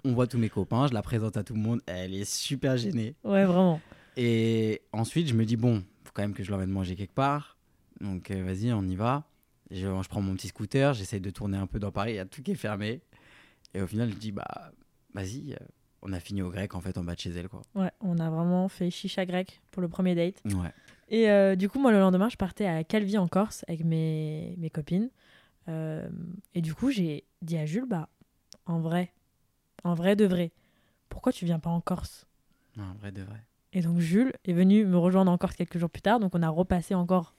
[SPEAKER 2] on voit tous mes copains, je la présente à tout le monde. Elle est super gênée.
[SPEAKER 1] Ouais, vraiment.
[SPEAKER 2] Et ensuite, je me dis, bon, faut quand même que je l'emmène manger quelque part. Donc, euh, vas-y, on y va. Je, je prends mon petit scooter, j'essaye de tourner un peu dans Paris, il y a tout qui est fermé. Et au final, je dis, bah, vas-y, euh, on a fini au grec, en fait, en bas de chez elle, quoi.
[SPEAKER 1] Ouais, on a vraiment fait chicha grec pour le premier date.
[SPEAKER 2] Ouais.
[SPEAKER 1] Et euh, du coup, moi, le lendemain, je partais à Calvi en Corse avec mes, mes copines. Euh, et du coup, j'ai dit à Jules, bah, en vrai, en vrai de vrai, pourquoi tu viens pas en Corse
[SPEAKER 2] Non, en vrai de vrai.
[SPEAKER 1] Et donc, Jules est venu me rejoindre en Corse quelques jours plus tard. Donc, on a repassé encore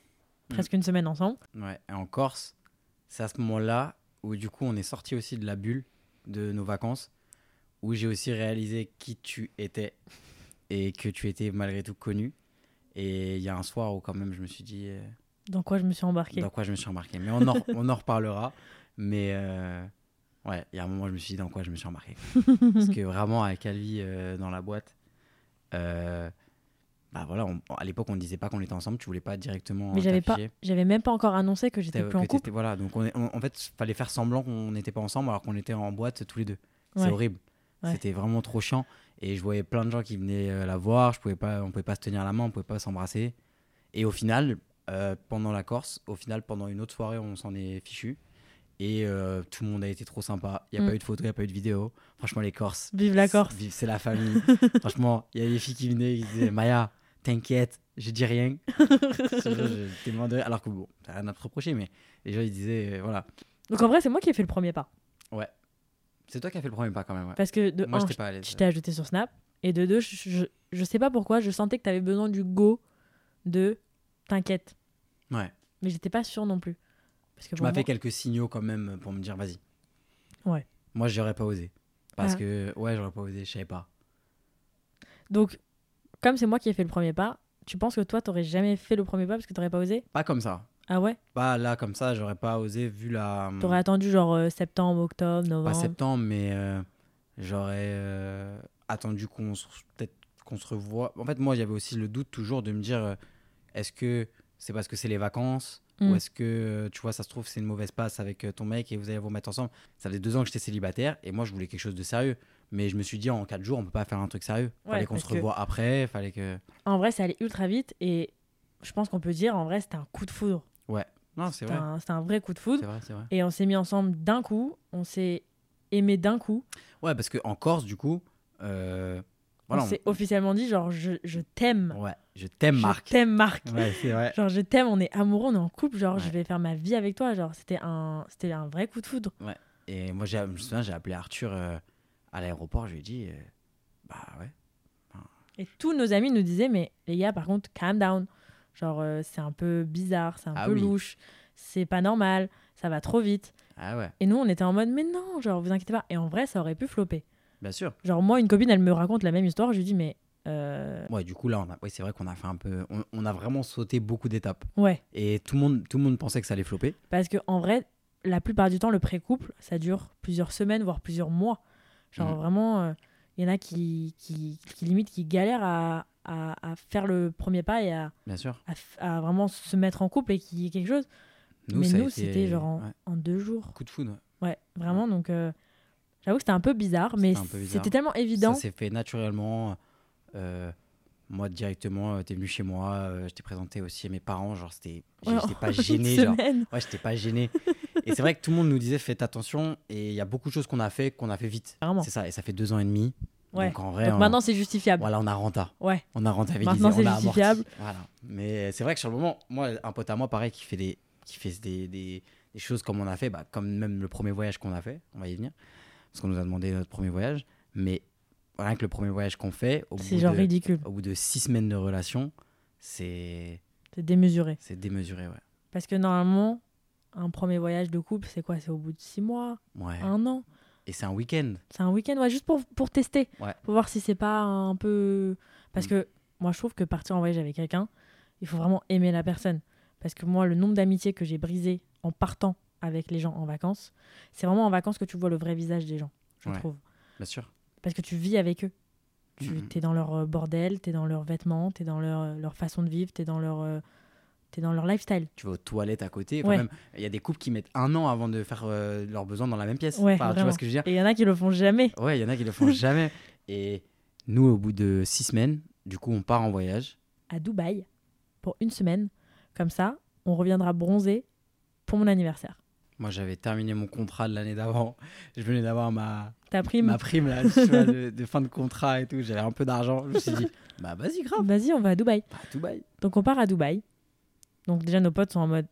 [SPEAKER 2] Mm.
[SPEAKER 1] presque une semaine ensemble.
[SPEAKER 2] Ouais. Et en Corse, c'est à ce moment-là où, du coup, on est sorti aussi de la bulle de nos vacances, où j'ai aussi réalisé qui tu étais et que tu étais malgré tout connu. Et il y a un soir où, quand même, je me suis dit. euh,
[SPEAKER 1] Dans quoi je me suis embarquée. (laughs)
[SPEAKER 2] dans quoi je me suis remarqué. Mais on en, on en reparlera. Mais, euh, Ouais, il y a un moment, je me suis dit dans quoi je me
[SPEAKER 1] (laughs)
[SPEAKER 2] suis remarqué. quoi. Parce que vraiment, avec Alvi euh, dans la boîte, euh, bah voilà, on- à l'époque, on ne disait pas qu'on était ensemble, tu voulais pas directement.
[SPEAKER 1] Mais
[SPEAKER 2] euh,
[SPEAKER 1] j'avais pas,
[SPEAKER 2] t'afficher.
[SPEAKER 1] j'avais même pas encore annoncé que j'étais
[SPEAKER 2] T'as-
[SPEAKER 1] plus en
[SPEAKER 2] que
[SPEAKER 1] couple.
[SPEAKER 2] t'étais- Voilà, donc on est- on- en fait, fallait faire semblant qu'on n'était pas ensemble alors qu'on était en boîte tous les deux.
[SPEAKER 1] Ouais.
[SPEAKER 2] C'est horrible.
[SPEAKER 1] Ouais.
[SPEAKER 2] C'était vraiment trop chiant. Et je voyais plein de gens qui venaient euh, la voir. Je pouvais pas, on pouvait pas se tenir la main, on pouvait pas s'embrasser. Et au final, euh, pendant la Corse, au final, pendant une autre soirée, on s'en est fichu. Et euh, tout le monde a été trop sympa. Il n'y a
[SPEAKER 1] Mm.
[SPEAKER 2] pas eu de photo, il n'y a pas eu de vidéo. Franchement, les Corses.
[SPEAKER 1] Vive la Corse.
[SPEAKER 2] C'est- C'est
[SPEAKER 1] (laughs)
[SPEAKER 2] la famille. Franchement, il y a des filles qui venaient, ils disaient Maya, t'inquiète, je
[SPEAKER 1] (laughs)
[SPEAKER 2] dis rien. Je te jure, j'étais mort de rire. Alors que bon, t'as rien à te reprocher, mais les gens ils disaient euh, voilà.
[SPEAKER 1] Donc en vrai, c'est moi qui ai fait le premier pas.
[SPEAKER 2] C'est toi qui as fait le premier pas quand même. ouais.
[SPEAKER 1] Parce que de
[SPEAKER 2] Moi,
[SPEAKER 1] un,
[SPEAKER 2] j'étais pas à l'aise.
[SPEAKER 1] je t'ai ajouté sur Snap. Et de deux, je, je, je sais pas pourquoi, je sentais que t'avais besoin du go de t'inquiète.
[SPEAKER 2] Ouais.
[SPEAKER 1] Mais j'étais pas sûre non plus. Parce que
[SPEAKER 2] Tu
[SPEAKER 1] pour
[SPEAKER 2] m'as
[SPEAKER 1] moi-
[SPEAKER 2] fait quelques signaux quand même pour me dire vas-y.
[SPEAKER 1] Ouais.
[SPEAKER 2] Moi, j'aurais pas osé. Parce
[SPEAKER 1] Ah.
[SPEAKER 2] que, ouais, j'aurais pas osé, je savais pas.
[SPEAKER 1] Donc, comme c'est moi qui ai fait le premier pas, tu penses que toi, t'aurais jamais fait le premier pas parce que t'aurais pas osé
[SPEAKER 2] Pas comme ça.
[SPEAKER 1] Ah ouais
[SPEAKER 2] Pas là comme ça, j'aurais pas osé vu la. hum,
[SPEAKER 1] T'aurais attendu genre euh, septembre, octobre,
[SPEAKER 2] Pas
[SPEAKER 1] novembre
[SPEAKER 2] septembre, mais euh, j'aurais euh, attendu qu'on se, peut-être qu'on se revoie. En fait, moi, j'avais aussi le doute toujours de me dire euh, est-ce que c'est parce que c'est les vacances
[SPEAKER 1] Mm.
[SPEAKER 2] Ou est-ce que, euh, tu vois, ça se trouve, c'est une mauvaise passe avec euh, ton mec et vous allez vous remettre ensemble Ça faisait deux ans que j'étais célibataire et moi, je voulais quelque chose de sérieux. Mais je me suis dit, en quatre jours, on peut pas faire un truc sérieux.
[SPEAKER 1] Ouais,
[SPEAKER 2] fallait qu'on
[SPEAKER 1] parce
[SPEAKER 2] se
[SPEAKER 1] que-
[SPEAKER 2] revoie après, fallait que.
[SPEAKER 1] En vrai, ça allait ultra vite et je pense qu'on peut dire en vrai, c'était un coup de foudre.
[SPEAKER 2] Non, c'est
[SPEAKER 1] C'était
[SPEAKER 2] vrai.
[SPEAKER 1] un, c'était un vrai coup de foudre.
[SPEAKER 2] C'est vrai, c'est vrai.
[SPEAKER 1] Et on s'est mis ensemble d'un coup, on s'est aimé d'un coup.
[SPEAKER 2] Ouais, parce qu'en Corse, du coup, euh, voilà,
[SPEAKER 1] on s'est officiellement dit genre, je, je t'aime.
[SPEAKER 2] on- ouais, je t'aime,
[SPEAKER 1] Je
[SPEAKER 2] Marc.
[SPEAKER 1] t'aime, Marc.
[SPEAKER 2] Ouais, c'est vrai.
[SPEAKER 1] Genre, je t'aime, on est amoureux, on est en couple, genre, je
[SPEAKER 2] Ouais.
[SPEAKER 1] vais faire ma vie avec toi. Genre, c'était un, c'était un vrai coup de foudre.
[SPEAKER 2] Et moi, j'ai- je me souviens, j'ai appelé Arthur euh, à l'aéroport, je lui ai dit, euh, bah ouais.
[SPEAKER 1] Et tous nos amis nous disaient, mais les gars, par contre, calm down. Genre, euh, c'est un peu bizarre, c'est un
[SPEAKER 2] Ah
[SPEAKER 1] peu
[SPEAKER 2] oui.
[SPEAKER 1] louche, c'est pas normal, ça va trop vite.
[SPEAKER 2] Ah ouais,
[SPEAKER 1] Et nous, on était en mode, mais non, genre, vous inquiétez pas. Et en vrai, ça aurait pu flopper.
[SPEAKER 2] bien sûr.
[SPEAKER 1] Genre, moi, une copine, elle me raconte la même histoire, je lui dis, mais euh,
[SPEAKER 2] Ouais, du coup, là, on a, ouais, c'est vrai qu'on a fait un peu. On, on a vraiment sauté beaucoup d'étapes.
[SPEAKER 1] ouais.
[SPEAKER 2] Et tout le, monde, tout le monde pensait que ça allait flopper.
[SPEAKER 1] Parce que en vrai, la plupart du temps, le pré-couple, ça dure plusieurs semaines, voire plusieurs mois. Genre
[SPEAKER 2] Mhm.
[SPEAKER 1] vraiment, euh, il y en a qui, qui, qui limite, qui galèrent à, à, à faire le premier pas et à,
[SPEAKER 2] Bien sûr.
[SPEAKER 1] à f- à vraiment se mettre en couple et qu'il y ait quelque chose. Mais
[SPEAKER 2] ça a
[SPEAKER 1] nous,
[SPEAKER 2] été-
[SPEAKER 1] c'était genre en,
[SPEAKER 2] ouais,
[SPEAKER 1] en deux jours.
[SPEAKER 2] coup de foudre.
[SPEAKER 1] Ouais, vraiment. Donc, euh, j'avoue que c'était un peu bizarre, mais
[SPEAKER 2] C'était un peu bizarre.
[SPEAKER 1] c'était tellement
[SPEAKER 2] Ça
[SPEAKER 1] évident.
[SPEAKER 2] s'est fait naturellement. euh, moi, directement, euh, t'es venu chez moi. euh, je t'ai présenté aussi à mes parents. Genre, c'était.
[SPEAKER 1] Ouais,
[SPEAKER 2] J'étais
[SPEAKER 1] en (laughs)
[SPEAKER 2] pas
[SPEAKER 1] une
[SPEAKER 2] gêné. genre.
[SPEAKER 1] Oh, semaine.
[SPEAKER 2] Ouais, j'étais pas gêné. et c'est vrai que tout le monde nous disait faites attention. Et il y a beaucoup de choses qu'on a fait, qu'on a fait vite.
[SPEAKER 1] Vraiment.
[SPEAKER 2] C'est ça. Et ça fait deux ans et demi.
[SPEAKER 1] Ouais.
[SPEAKER 2] Donc en vrai,
[SPEAKER 1] Donc
[SPEAKER 2] on-
[SPEAKER 1] maintenant, c'est justifiable.
[SPEAKER 2] voilà, on a renta.
[SPEAKER 1] Ouais.
[SPEAKER 2] On a rentabilisé.
[SPEAKER 1] Maintenant,
[SPEAKER 2] on
[SPEAKER 1] c'est
[SPEAKER 2] a amorti.
[SPEAKER 1] justifiable.
[SPEAKER 2] Voilà. Mais c'est vrai que sur le moment, moi, un pote à moi, pareil, qui fait des, qui fait des, des, des choses comme on a fait, bah, comme même le premier voyage qu'on a fait, on va y venir, parce qu'on nous a demandé notre premier voyage. Mais rien que le premier voyage qu'on fait, au
[SPEAKER 1] C'est
[SPEAKER 2] bout,
[SPEAKER 1] genre
[SPEAKER 2] de,
[SPEAKER 1] ridicule.
[SPEAKER 2] au bout de six semaines de relation, c'est
[SPEAKER 1] C'est démesuré.
[SPEAKER 2] c'est démesuré, ouais.
[SPEAKER 1] Parce que normalement, un premier voyage de couple, c'est quoi C'est au bout de six mois,
[SPEAKER 2] Ouais.
[SPEAKER 1] un an.
[SPEAKER 2] Et c'est un week-end.
[SPEAKER 1] C'est un week-end, ouais, juste pour, pour tester.
[SPEAKER 2] Ouais.
[SPEAKER 1] Pour voir si c'est pas un peu. Parce
[SPEAKER 2] Mm.
[SPEAKER 1] que moi, je trouve que partir en voyage avec quelqu'un, il faut vraiment aimer la personne. Parce que moi, le nombre d'amitiés que j'ai brisées en partant avec les gens en vacances, c'est vraiment en vacances que tu vois le vrai visage des gens, je
[SPEAKER 2] Ouais.
[SPEAKER 1] trouve.
[SPEAKER 2] Bien sûr.
[SPEAKER 1] Parce que tu vis avec eux. Tu
[SPEAKER 2] Mm, mm.
[SPEAKER 1] es dans leur euh, bordel, tu es dans leurs vêtements, tu es dans leur, euh, leur façon de vivre, tu es dans leur. euh, t'es dans leur lifestyle.
[SPEAKER 2] Tu vas aux toilettes à côté. Enfin,
[SPEAKER 1] Ouais.
[SPEAKER 2] même, il y a des couples qui mettent un an avant de faire euh, leurs besoins dans la même pièce.
[SPEAKER 1] Ouais,
[SPEAKER 2] Enfin, tu
[SPEAKER 1] vraiment.
[SPEAKER 2] vois ce que je veux dire
[SPEAKER 1] Et il y en a qui le font jamais.
[SPEAKER 2] Ouais, il y en a qui le font jamais. Et nous, au bout de six semaines, du coup, on part en voyage.
[SPEAKER 1] à Dubaï pour une semaine. Comme ça, on reviendra bronzé pour mon anniversaire.
[SPEAKER 2] Moi, j'avais terminé mon contrat de l'année d'avant. Je venais d'avoir ma,
[SPEAKER 1] T'as pris
[SPEAKER 2] ma prime là, tu vois, de, de fin de contrat et tout. J'avais un peu d'argent. Je me suis dit, bah vas-y, grave,
[SPEAKER 1] Vas-y, on va à Dubaï.
[SPEAKER 2] bah, Dubaï.
[SPEAKER 1] Donc on part à Dubaï. Donc déjà nos potes sont en mode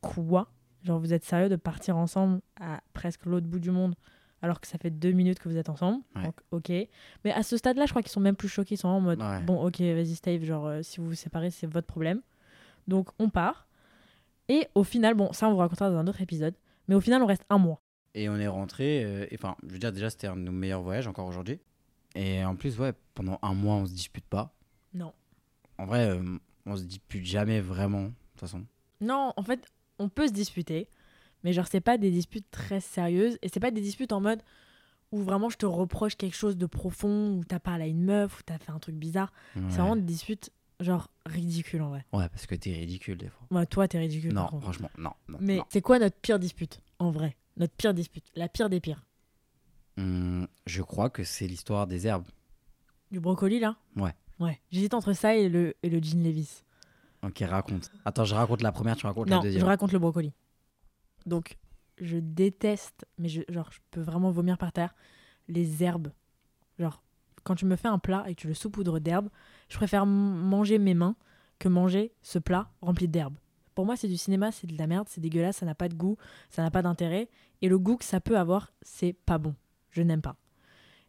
[SPEAKER 1] quoi Genre vous êtes sérieux de partir ensemble à presque l'autre bout du monde alors que ça fait deux minutes que vous êtes ensemble.
[SPEAKER 2] Ouais.
[SPEAKER 1] Donc ok. Mais à ce stade-là, je crois qu'ils sont même plus choqués. Ils sont en mode
[SPEAKER 2] Ouais.
[SPEAKER 1] bon ok vas-y Steve, genre euh, si vous vous séparez c'est votre problème. Donc on part. Et au final, bon ça on vous racontera dans un autre épisode. Mais au final on reste un mois.
[SPEAKER 2] Et on est rentré. euh, et Enfin, je veux dire, déjà, c'était un de nos meilleurs voyages encore aujourd'hui. Et en plus, ouais, pendant un mois, on se dispute pas.
[SPEAKER 1] Non.
[SPEAKER 2] En vrai, euh, on se dispute jamais vraiment, de toute façon.
[SPEAKER 1] Non, en fait, on peut se disputer, Mais genre, c'est pas des disputes très sérieuses. Et c'est pas des disputes en mode où vraiment je te reproche quelque chose de profond, où t'as parlé à une meuf, où t'as fait un truc bizarre. C'est vraiment des disputes, genre, ridicules en vrai.
[SPEAKER 2] Ouais, parce que t'es ridicule des fois.
[SPEAKER 1] Moi, toi, t'es ridicule.
[SPEAKER 2] non,
[SPEAKER 1] par contre.
[SPEAKER 2] franchement, non. non,
[SPEAKER 1] Mais
[SPEAKER 2] non.
[SPEAKER 1] c'est quoi notre pire dispute, en vrai Notre pire dispute, la pire des pires.
[SPEAKER 2] Hum, je crois que c'est l'histoire des herbes.
[SPEAKER 1] Du brocoli, là
[SPEAKER 2] Ouais.
[SPEAKER 1] Ouais. J'hésite entre ça et le, et le jean Levis.
[SPEAKER 2] Ok, hein, raconte. Attends, je raconte la première, tu racontes la
[SPEAKER 1] non,
[SPEAKER 2] deuxième.
[SPEAKER 1] je raconte le brocoli. Donc, je déteste, mais je, genre, je peux vraiment vomir par terre, les herbes. Genre, quand tu me fais un plat et que tu le saupoudres d'herbes, je préfère m- manger mes mains que manger ce plat rempli d'herbes. Pour moi, c'est du cinéma, c'est de la merde, c'est dégueulasse, ça n'a pas de goût, ça n'a pas d'intérêt. Et le goût que ça peut avoir, c'est pas bon. Je n'aime pas.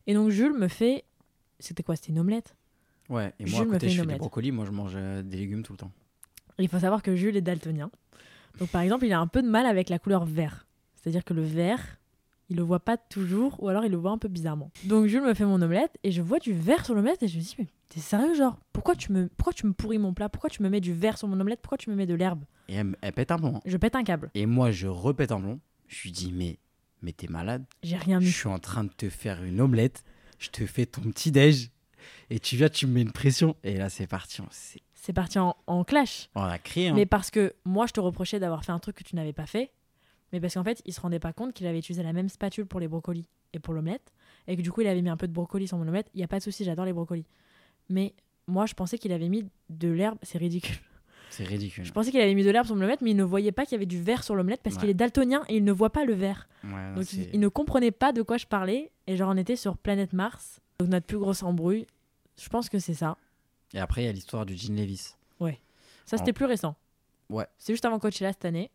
[SPEAKER 1] Et donc, Jules me fait. C'était quoi C'était une omelette
[SPEAKER 2] Ouais, et
[SPEAKER 1] Jules
[SPEAKER 2] moi, à
[SPEAKER 1] me fait
[SPEAKER 2] côté,
[SPEAKER 1] une
[SPEAKER 2] je fais des
[SPEAKER 1] omelette.
[SPEAKER 2] brocolis, moi, je mange euh, des légumes tout le temps.
[SPEAKER 1] Il faut savoir que Jules est daltonien. Donc par exemple, il a un peu de mal avec la couleur vert. C'est-à-dire que le vert, il le voit pas toujours ou alors il le voit un peu bizarrement. Donc Jules me fait mon omelette et je vois du vert sur l'omelette et je me dis mais t'es sérieux genre pourquoi tu me pourquoi tu me pourris mon plat Pourquoi tu me mets du vert sur mon omelette Pourquoi tu me mets de l'herbe
[SPEAKER 2] Et elle, me- elle pète un plomb. hein.
[SPEAKER 1] Je pète un câble.
[SPEAKER 2] Et moi, je repète un plomb. Je lui dis, mais, mais t'es malade.
[SPEAKER 1] J'ai rien
[SPEAKER 2] Je
[SPEAKER 1] mis.
[SPEAKER 2] suis en train de te faire une omelette. Je te fais ton petit-déj. Et tu viens, tu me mets une pression. Et là, c'est parti. On, s'est-
[SPEAKER 1] C'est parti en, en clash.
[SPEAKER 2] on a crié. hein.
[SPEAKER 1] Mais parce que moi je te reprochais d'avoir fait un truc que tu n'avais pas fait. Mais parce qu'en fait, il se rendait pas compte qu'il avait utilisé la même spatule pour les brocolis et pour l'omelette. Et que du coup, il avait mis un peu de brocoli sur mon omelette. Il y a pas de souci, j'adore les brocolis. Mais moi, je pensais qu'il avait mis de l'herbe. C'est ridicule.
[SPEAKER 2] C'est ridicule.
[SPEAKER 1] Je pensais qu'il avait mis de l'herbe sur mon omelette, mais il ne voyait pas qu'il y avait du vert sur l'omelette parce
[SPEAKER 2] Ouais.
[SPEAKER 1] qu'il est daltonien et il ne voit pas le vert.
[SPEAKER 2] Ouais, non,
[SPEAKER 1] Donc
[SPEAKER 2] c'est-
[SPEAKER 1] il, il ne comprenait pas de quoi je parlais. Et genre, on était sur planète Mars. Donc notre plus grosse embrouille, je pense que c'est ça.
[SPEAKER 2] Et après, il y a l'histoire du jean Levis.
[SPEAKER 1] Ça, c'était plus récent.
[SPEAKER 2] Ouais.
[SPEAKER 1] C'est juste avant Coachella cette année.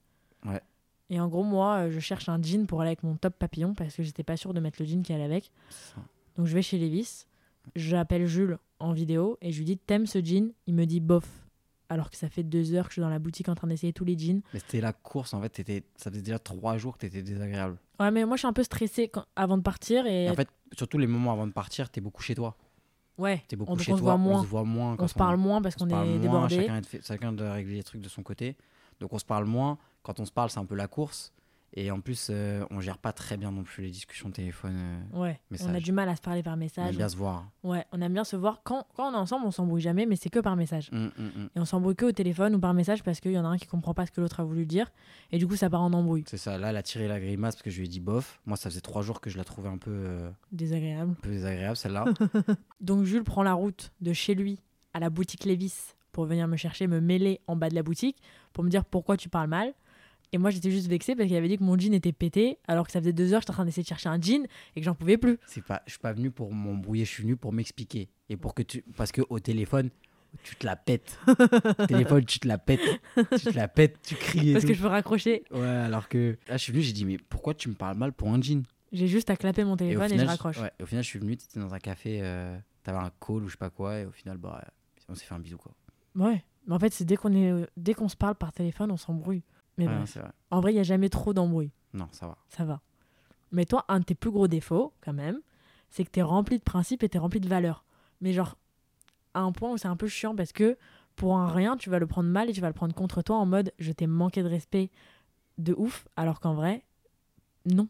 [SPEAKER 2] Ouais.
[SPEAKER 1] Et en gros, moi, euh, je cherche un jean pour aller avec mon top papillon parce que j'étais pas sûre de mettre le jean qui allait avec. Donc je vais chez Levis, j'appelle Jules en vidéo et je lui dis T'aimes ce jean Il me dit bof. Alors que ça fait deux heures que je suis dans la boutique en train d'essayer tous les jeans.
[SPEAKER 2] Mais c'était la course, en fait. t'étais- Ça faisait déjà trois jours que t'étais désagréable.
[SPEAKER 1] Ouais, mais moi, je suis un peu stressée quand- avant de partir. Et,
[SPEAKER 2] Et en fait, surtout les moments avant de partir, t'es beaucoup chez toi.
[SPEAKER 1] ouais,
[SPEAKER 2] T'es beaucoup
[SPEAKER 1] on, donc
[SPEAKER 2] chez
[SPEAKER 1] on se
[SPEAKER 2] toi.
[SPEAKER 1] voit
[SPEAKER 2] On
[SPEAKER 1] moins.
[SPEAKER 2] se voit moins.
[SPEAKER 1] On
[SPEAKER 2] quand
[SPEAKER 1] se parle moins parce qu'on
[SPEAKER 2] se
[SPEAKER 1] est
[SPEAKER 2] parle moins,
[SPEAKER 1] débordé.
[SPEAKER 2] Chacun, est fait- chacun doit régler les trucs de son côté. Donc on se parle moins. Quand on se parle, c'est un peu la course. Et en plus, euh, on gère pas très bien non plus les discussions téléphone. euh,
[SPEAKER 1] Ouais, on a
[SPEAKER 2] Message.
[SPEAKER 1] du mal à se parler par
[SPEAKER 2] on aime
[SPEAKER 1] message.
[SPEAKER 2] bien se voir.
[SPEAKER 1] Ouais, on aime bien se voir. Quand, quand on est ensemble, on s'embrouille jamais, mais c'est que par message.
[SPEAKER 2] Hum, hum, hum.
[SPEAKER 1] Et on s'embrouille que au téléphone ou par message parce qu'il y en a un qui comprend pas ce que l'autre a voulu dire. Et du coup, ça part en embrouille.
[SPEAKER 2] C'est ça. Là, elle a tiré la grimace parce que je lui ai dit bof. Moi, ça faisait trois jours que je la trouvais un peu, euh,
[SPEAKER 1] Désagréable.
[SPEAKER 2] un peu
[SPEAKER 1] (laughs)
[SPEAKER 2] désagréable, celle-là.
[SPEAKER 1] Donc Jules prend la route de chez lui à la boutique Lévis pour venir me chercher, me mêler en bas de la boutique pour me dire pourquoi tu parles mal. Et moi, j'étais juste vexée parce qu'il avait dit que mon jean était pété alors que ça faisait deux heures que j'étais en train d'essayer de chercher un jean et que j'en pouvais plus.
[SPEAKER 2] c'est pas, je suis pas venu pour m'embrouiller, je suis venu pour m'expliquer. Et pour que tu, parce que au téléphone, tu te la pètes. au téléphone, tu te la pètes. Tu te la pètes, tu cries. et
[SPEAKER 1] Parce que
[SPEAKER 2] tout.
[SPEAKER 1] je veux raccrocher.
[SPEAKER 2] Ouais, alors que là, je suis venu, j'ai dit, mais pourquoi tu me parles mal pour un jean
[SPEAKER 1] J'ai juste à clapper mon téléphone et,
[SPEAKER 2] final,
[SPEAKER 1] je raccroche.
[SPEAKER 2] ouais, et au final, je suis venu, t'étais dans un café, euh, t'avais un call ou je sais pas quoi, et au final, bah, euh, on s'est fait un bisou quoi.
[SPEAKER 1] Ouais. Mais en fait, c'est dès qu'on est euh, dès qu'on se parle par téléphone, on s'embrouille. Mais
[SPEAKER 2] Ouais,
[SPEAKER 1] bref.
[SPEAKER 2] non, c'est vrai.
[SPEAKER 1] en vrai, il y a jamais trop d'embrouilles.
[SPEAKER 2] Non, ça va.
[SPEAKER 1] ça va. Mais toi, un de tes plus gros défauts, quand même, c'est que t'es rempli de principes et t'es rempli de valeurs. Mais genre, à un point où c'est un peu chiant parce que pour un rien, tu vas le prendre mal et tu vas le prendre contre toi en mode je t'ai manqué de respect de ouf, alors qu'en vrai, non.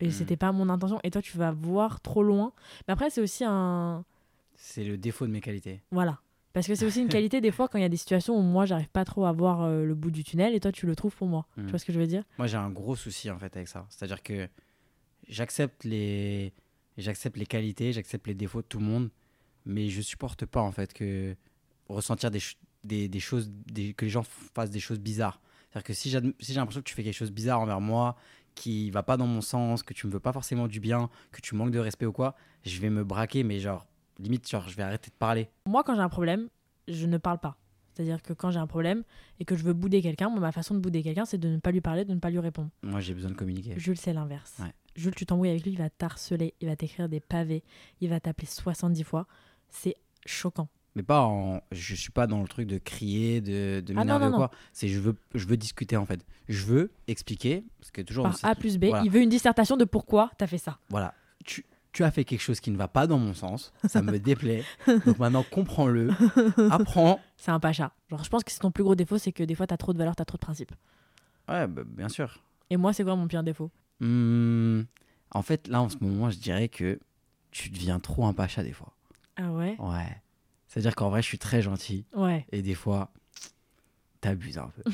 [SPEAKER 1] Et
[SPEAKER 2] Mhm.
[SPEAKER 1] c'était pas mon intention. Et toi, tu vas voir trop loin. Mais après, c'est aussi un.
[SPEAKER 2] C'est le défaut de mes qualités.
[SPEAKER 1] Voilà. Parce que c'est aussi une qualité des fois quand il y a des situations où moi, j'arrive pas trop à voir euh, le bout du tunnel et toi, tu le trouves pour moi.
[SPEAKER 2] Mhm.
[SPEAKER 1] Tu vois ce que je veux dire
[SPEAKER 2] Moi, j'ai un gros souci en fait avec ça. C'est-à-dire que j'accepte les, j'accepte les qualités, j'accepte les défauts de tout le monde, mais je supporte pas en fait que ressentir des, ch- des, des choses, des- que les gens fassent des choses bizarres. C'est-à-dire que si j'adm- si j'ai l'impression que tu fais quelque chose bizarre envers moi, qui va pas dans mon sens, que tu me veux pas forcément du bien, que tu manques de respect ou quoi, je vais me braquer, mais genre limite genre je vais arrêter de parler.
[SPEAKER 1] Moi, quand j'ai un problème, je ne parle pas. C'est-à-dire que quand j'ai un problème et que je veux bouder quelqu'un, moi, ma façon de bouder quelqu'un, c'est de ne pas lui parler, de ne pas lui répondre.
[SPEAKER 2] Moi, j'ai besoin de communiquer.
[SPEAKER 1] Jules, c'est l'inverse.
[SPEAKER 2] Ouais.
[SPEAKER 1] Jules, tu t'embrouilles avec lui, il va t'harceler, il va t'écrire des pavés, il va t'appeler 70 fois. C'est choquant.
[SPEAKER 2] Mais pas en. Je suis pas dans le truc de crier, de,
[SPEAKER 1] Ah
[SPEAKER 2] de
[SPEAKER 1] non,
[SPEAKER 2] m'énerver
[SPEAKER 1] non,
[SPEAKER 2] ou quoi. C'est je veux, je veux discuter en fait. Je veux expliquer, parce que toujours.
[SPEAKER 1] Par
[SPEAKER 2] c'est-
[SPEAKER 1] A plus B,
[SPEAKER 2] voilà.
[SPEAKER 1] il veut une dissertation de pourquoi t'as fait ça.
[SPEAKER 2] Voilà. Tu, tu as fait quelque chose qui ne va pas dans mon sens.
[SPEAKER 1] (laughs)
[SPEAKER 2] Ça me déplaît. Donc maintenant, comprends-le. Apprends.
[SPEAKER 1] C'est un pacha. Genre, je pense que c'est ton plus gros défaut, c'est que des fois, t'as trop de valeur, t'as trop de principes.
[SPEAKER 2] Ouais, bah, bien sûr.
[SPEAKER 1] Et moi, c'est quoi mon pire défaut
[SPEAKER 2] Hmm, en fait, là, en ce moment, je dirais que tu deviens trop un pacha des fois.
[SPEAKER 1] Ah ouais
[SPEAKER 2] Ouais. C'est-à-dire qu'en vrai, je suis très gentil.
[SPEAKER 1] Ouais.
[SPEAKER 2] Et des fois, t'abuses un
[SPEAKER 1] (laughs)
[SPEAKER 2] peu.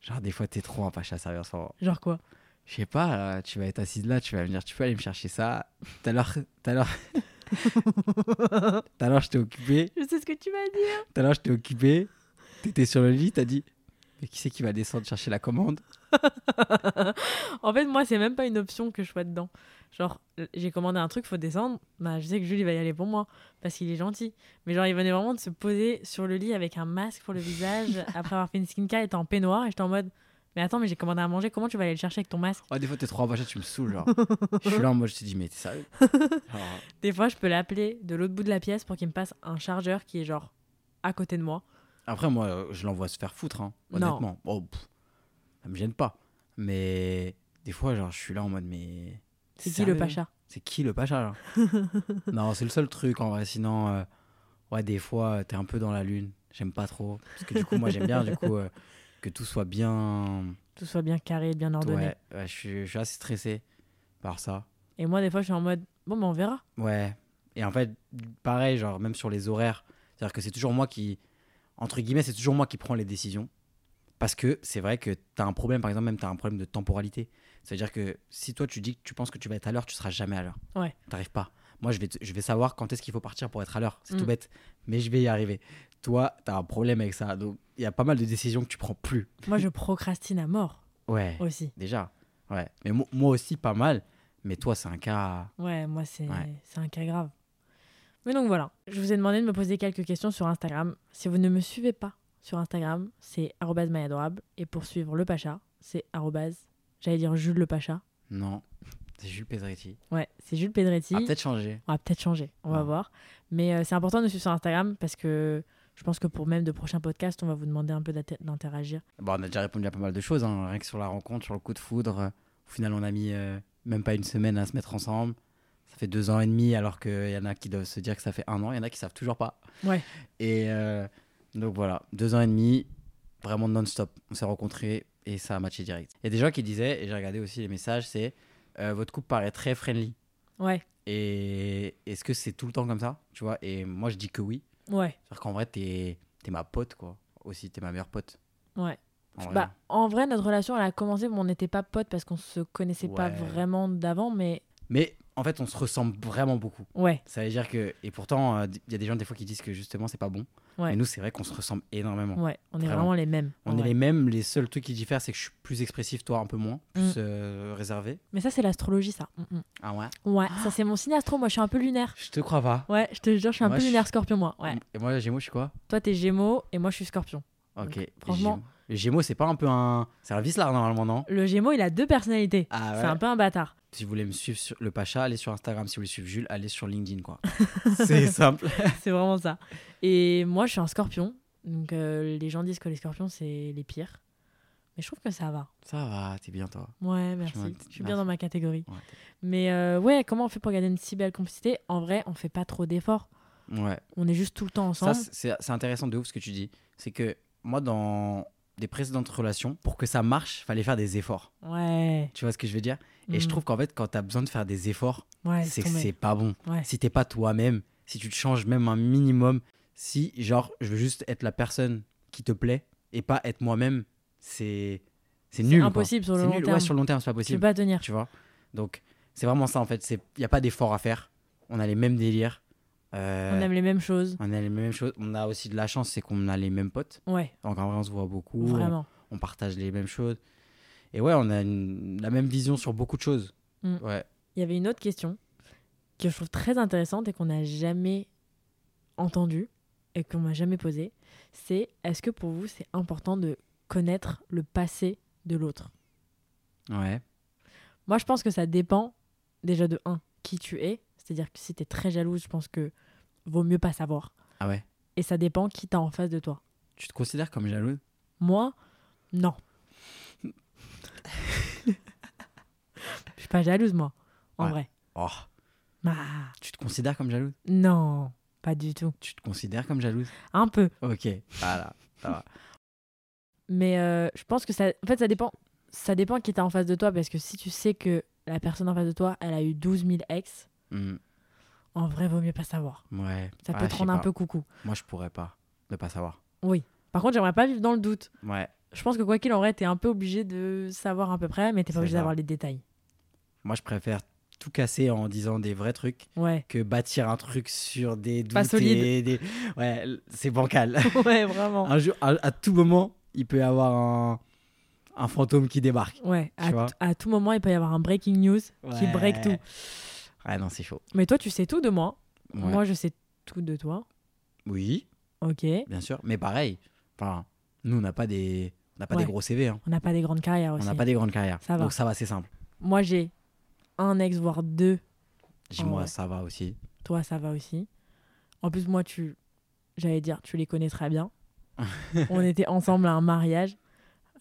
[SPEAKER 2] Genre, des fois, t'es trop un pacha, sérieux. en ce moment.
[SPEAKER 1] Genre quoi
[SPEAKER 2] Je sais pas, euh, tu vas être assise là, tu vas venir, tu peux aller me chercher ça. Tout à l'heure, tout à l'heure, (laughs) tout à l'heure, j'étais occupé.
[SPEAKER 1] Je sais ce que tu vas dire.
[SPEAKER 2] Tout à l'heure, j'étais occupé. T'étais sur le lit, t'as dit, mais qui c'est qui va descendre chercher la commande
[SPEAKER 1] (laughs) en fait, moi, c'est même pas une option que je sois dedans. Genre, euh, j'ai commandé un truc, faut descendre. Bah, je sais que Jules, il va y aller pour moi parce qu'il est gentil. Mais genre, il venait vraiment de se poser sur le lit avec un masque pour le visage
[SPEAKER 2] (laughs)
[SPEAKER 1] après avoir fait une skincare, il était en peignoir et j'étais en mode. Mais attends, mais j'ai commandé à manger, comment tu vas aller le chercher avec ton masque
[SPEAKER 2] Ouais, Oh, des fois, t'es trop un pacha, tu me saoules, genre. je suis là, moi, je te dis, mais t'es sérieux Genre,
[SPEAKER 1] Des fois, je peux l'appeler de l'autre bout de la pièce pour qu'il me passe un chargeur qui est genre à côté de moi.
[SPEAKER 2] Après, moi, euh, je l'envoie se faire foutre, hein,
[SPEAKER 1] Non.
[SPEAKER 2] honnêtement. Oh, pff, ça me gêne pas. Mais des fois, genre, je suis là en mode, mais.
[SPEAKER 1] C'est qui
[SPEAKER 2] sérieux,
[SPEAKER 1] le pacha
[SPEAKER 2] C'est qui le pacha, genre Non, c'est le seul truc, en vrai. Sinon, euh, ouais, des fois, euh, t'es un peu dans la lune. J'aime pas trop. Parce que du coup, moi, j'aime bien, du coup, euh, que tout soit bien.
[SPEAKER 1] Tout soit bien carré, bien ordonné.
[SPEAKER 2] Ouais, ouais, je suis- je suis assez stressé par ça.
[SPEAKER 1] Et moi, des fois, je suis en mode, bon, bah, on verra.
[SPEAKER 2] Ouais. Et en fait, pareil, genre, même sur les horaires. C'est-à-dire que c'est toujours moi qui. Entre guillemets, c'est toujours moi qui prends les décisions. Parce que c'est vrai que t'as un problème, par exemple, même t'as un problème de temporalité. C'est-à-dire que si toi, tu dis que tu penses que tu vas être à l'heure, tu seras jamais à l'heure.
[SPEAKER 1] Ouais.
[SPEAKER 2] T'arrives pas. Moi, je vais, te- je vais savoir quand est-ce qu'il faut partir pour être à l'heure. C'est tout
[SPEAKER 1] Mm.
[SPEAKER 2] bête. Mais je vais y arriver. Toi, t'as un problème avec ça. Donc, il y a pas mal de décisions que tu prends plus.
[SPEAKER 1] Moi, je procrastine à mort
[SPEAKER 2] Ouais.
[SPEAKER 1] aussi.
[SPEAKER 2] Déjà. Ouais. Mais mo- moi aussi, pas mal. Mais toi, c'est un cas.
[SPEAKER 1] Ouais, moi, c'est
[SPEAKER 2] Ouais.
[SPEAKER 1] c'est un cas grave. Mais donc voilà, je vous ai demandé de me poser quelques questions sur Instagram. Si vous ne me suivez pas sur Instagram, c'est @myadorable et pour suivre le Pacha, c'est arrobase- j'allais dire Jules le Pacha.
[SPEAKER 2] Non. C'est Jules Pedretti.
[SPEAKER 1] Ouais, c'est Jules Pedretti.
[SPEAKER 2] Ah, peut-être changé.
[SPEAKER 1] on va peut-être changer, on va
[SPEAKER 2] Ouais.
[SPEAKER 1] voir. Mais euh, c'est important de nous suivre sur Instagram parce que je pense que pour même de prochains podcasts, on va vous demander un peu d'atte- d'interagir.
[SPEAKER 2] Bon, on a déjà répondu à pas mal de choses, hein. rien que sur la rencontre, sur le coup de foudre. euh, Au final, on a mis euh, même pas une semaine à se mettre ensemble. Ça fait deux ans et demi, alors qu'il y en a qui doivent se dire que ça fait un an, il y en a qui savent toujours pas.
[SPEAKER 1] Ouais.
[SPEAKER 2] Et euh, donc voilà, deux ans et demi, vraiment non-stop. On s'est rencontrés et ça a matché direct. Il y a des gens qui disaient, et j'ai regardé aussi les messages, c'est euh, votre couple paraît très friendly.
[SPEAKER 1] Ouais,
[SPEAKER 2] Et est-ce que c'est tout le temps comme ça Tu vois Et moi, je dis que oui.
[SPEAKER 1] ouais,
[SPEAKER 2] C'est-à-dire qu'en vrai, t'es es ma pote, quoi. Aussi, t'es ma meilleure pote.
[SPEAKER 1] ouais.
[SPEAKER 2] En vrai. hein.
[SPEAKER 1] Bah, en vrai, notre relation, elle a commencé, mais on n'était pas potes parce qu'on se connaissait pas
[SPEAKER 2] Ouais.
[SPEAKER 1] vraiment d'avant, mais
[SPEAKER 2] Mais en fait, on se ressemble vraiment beaucoup.
[SPEAKER 1] ouais,
[SPEAKER 2] Ça veut dire que. Et pourtant, il y a des gens des fois qui disent que justement, c'est pas bon.
[SPEAKER 1] Ouais.
[SPEAKER 2] Mais nous, c'est vrai qu'on se ressemble énormément.
[SPEAKER 1] ouais, on est
[SPEAKER 2] Vraiment.
[SPEAKER 1] vraiment les mêmes.
[SPEAKER 2] On
[SPEAKER 1] en
[SPEAKER 2] est
[SPEAKER 1] vrai.
[SPEAKER 2] les mêmes. Les seuls trucs qui diffèrent, c'est que je suis plus expressif, toi un peu moins, plus
[SPEAKER 1] Mm.
[SPEAKER 2] euh, réservé.
[SPEAKER 1] Mais ça, c'est l'astrologie, ça. Mm, mm.
[SPEAKER 2] Ah ouais
[SPEAKER 1] Ouais, ça, c'est mon signe astro. Moi, je suis un peu lunaire.
[SPEAKER 2] Je te crois pas.
[SPEAKER 1] Ouais, je te jure, je suis un
[SPEAKER 2] Moi,
[SPEAKER 1] peu
[SPEAKER 2] je- Mm.
[SPEAKER 1] lunaire scorpion, moi. Ouais.
[SPEAKER 2] Et moi, Gémeaux, je suis quoi
[SPEAKER 1] Toi, t'es gémeaux et moi, je suis scorpion.
[SPEAKER 2] Ok.
[SPEAKER 1] Donc, Mm. franchement-
[SPEAKER 2] Gémeaux. Les Gémeaux, c'est pas un peu un. C'est un vice là, normalement, non
[SPEAKER 1] Le gémeaux, il a deux personnalités.
[SPEAKER 2] Ah
[SPEAKER 1] C'est
[SPEAKER 2] ouais.
[SPEAKER 1] un peu un
[SPEAKER 2] (laughs)
[SPEAKER 1] bâtard.
[SPEAKER 2] Si vous voulez me suivre sur le Pacha, allez sur Instagram. Si vous voulez suivre Jules, allez sur
[SPEAKER 1] (laughs)
[SPEAKER 2] LinkedIn, quoi. c'est simple.
[SPEAKER 1] c'est vraiment ça. Et moi, je suis un scorpion. Donc, euh, les gens disent que les scorpions, c'est les pires. Mais je trouve que ça va.
[SPEAKER 2] Ça va, t'es bien, toi.
[SPEAKER 1] Ouais,
[SPEAKER 2] m'en-
[SPEAKER 1] merci. Je suis bien
[SPEAKER 2] merci.
[SPEAKER 1] dans ma catégorie.
[SPEAKER 2] Ouais,
[SPEAKER 1] Mais euh, ouais, comment on fait pour garder une si belle complicité En vrai, on fait pas trop d'efforts.
[SPEAKER 2] Ouais.
[SPEAKER 1] On est juste tout le temps
[SPEAKER 2] Ça,
[SPEAKER 1] ensemble.
[SPEAKER 2] c'est c'est intéressant de ouf ce que tu dis. C'est que moi, dans des précédentes relations, pour que ça marche, fallait faire des efforts.
[SPEAKER 1] ouais.
[SPEAKER 2] Tu vois ce que je veux dire Et je
[SPEAKER 1] Mm.
[SPEAKER 2] trouve qu'en fait, quand tu as besoin de faire des efforts,
[SPEAKER 1] Ouais,
[SPEAKER 2] c'est que
[SPEAKER 1] tombé.
[SPEAKER 2] c'est pas bon.
[SPEAKER 1] Ouais.
[SPEAKER 2] Si t'es pas toi-même, si tu te changes même un minimum, si genre, je veux juste être la personne qui te plaît et pas être moi-même, c'est c'est nul. quoi.
[SPEAKER 1] impossible sur le
[SPEAKER 2] C'est
[SPEAKER 1] long
[SPEAKER 2] nul.
[SPEAKER 1] terme.
[SPEAKER 2] Ouais, sur le long terme, c'est pas
[SPEAKER 1] Tu peux
[SPEAKER 2] possible.
[SPEAKER 1] pas tenir.
[SPEAKER 2] Tu vois Donc, c'est vraiment ça en fait. Il n'y a pas d'effort à faire. On a les mêmes délires. Euh,
[SPEAKER 1] On aime les mêmes choses.
[SPEAKER 2] on a les mêmes choses. On a aussi de la chance, c'est qu'on a les mêmes potes.
[SPEAKER 1] Ouais,
[SPEAKER 2] Donc en vrai, on se voit beaucoup.
[SPEAKER 1] vraiment.
[SPEAKER 2] On, on partage les mêmes choses. Et ouais, on a une- la même vision sur beaucoup de choses.
[SPEAKER 1] Mm.
[SPEAKER 2] Ouais.
[SPEAKER 1] Il y avait une autre question que je trouve très intéressante et qu'on n'a jamais entendue et qu'on m'a jamais posée. C'est est-ce que pour vous, c'est important de connaître le passé de l'autre
[SPEAKER 2] Ouais.
[SPEAKER 1] Moi, je pense que ça dépend déjà de un, qui tu es. C'est-à-dire que si tu es très jalouse, je pense que vaut mieux pas savoir.
[SPEAKER 2] Ah ouais.
[SPEAKER 1] Et ça dépend qui t'as en face de toi.
[SPEAKER 2] Tu te considères comme jalouse
[SPEAKER 1] Moi, non. Je suis pas jalouse, moi, en
[SPEAKER 2] Ouais.
[SPEAKER 1] vrai.
[SPEAKER 2] Oh,
[SPEAKER 1] Ah,
[SPEAKER 2] tu te considères comme jalouse
[SPEAKER 1] non, pas du tout.
[SPEAKER 2] Tu te considères comme jalouse
[SPEAKER 1] Un peu.
[SPEAKER 2] Ok. Voilà. Ça va.
[SPEAKER 1] Mais euh, je pense que ça. En fait, ça dépend. ça dépend qui t'a en face de toi, parce que si tu sais que la personne en face de toi, elle a eu 12 000 ex,
[SPEAKER 2] Hmm,
[SPEAKER 1] en vrai, vaut mieux pas savoir.
[SPEAKER 2] ouais.
[SPEAKER 1] Ça peut
[SPEAKER 2] Ouais,
[SPEAKER 1] te
[SPEAKER 2] je sais
[SPEAKER 1] rendre un
[SPEAKER 2] pas.
[SPEAKER 1] peu coucou.
[SPEAKER 2] Moi, je pourrais pas. Ne pas savoir.
[SPEAKER 1] Oui. Par contre, j'aimerais pas vivre dans le doute.
[SPEAKER 2] Ouais.
[SPEAKER 1] Je pense que quoi qu'il en vrai, t'es un peu obligé de savoir à peu près, mais t'es
[SPEAKER 2] C'est
[SPEAKER 1] pas obligé
[SPEAKER 2] ça.
[SPEAKER 1] d'avoir les détails.
[SPEAKER 2] Moi, je préfère tout casser en disant des vrais trucs (laughs)
[SPEAKER 1] Ouais.
[SPEAKER 2] que bâtir un truc sur des doutes.
[SPEAKER 1] Pas solide.
[SPEAKER 2] et des- Ouais, l- c'est bancal.
[SPEAKER 1] ouais, vraiment.
[SPEAKER 2] un jour, à, à tout moment, il peut y avoir un, un fantôme qui débarque.
[SPEAKER 1] Ouais.
[SPEAKER 2] Tu vois.
[SPEAKER 1] À, t- à tout moment, il peut y avoir un breaking news qui
[SPEAKER 2] Ouais.
[SPEAKER 1] break tout.
[SPEAKER 2] Ouais, Ah non, c'est chaud.
[SPEAKER 1] Mais toi, tu sais tout de moi.
[SPEAKER 2] Ouais.
[SPEAKER 1] Moi, je sais tout de toi.
[SPEAKER 2] Oui,
[SPEAKER 1] Ok.
[SPEAKER 2] bien sûr. Mais pareil, enfin, nous, on n'a pas, des... on n'a pas des
[SPEAKER 1] Ouais.
[SPEAKER 2] gros CV. hein.
[SPEAKER 1] On n'a pas des grandes carrières
[SPEAKER 2] On
[SPEAKER 1] aussi.
[SPEAKER 2] n'a pas des grandes carrières.
[SPEAKER 1] Ça va.
[SPEAKER 2] Donc ça va, c'est simple.
[SPEAKER 1] Moi, j'ai un ex, voire deux.
[SPEAKER 2] J'ai moi,
[SPEAKER 1] Ouais.
[SPEAKER 2] ça va aussi.
[SPEAKER 1] Toi, ça va aussi. En plus, moi, tu. J'allais dire, tu les connais très
[SPEAKER 2] (laughs)
[SPEAKER 1] bien. On était ensemble à un mariage.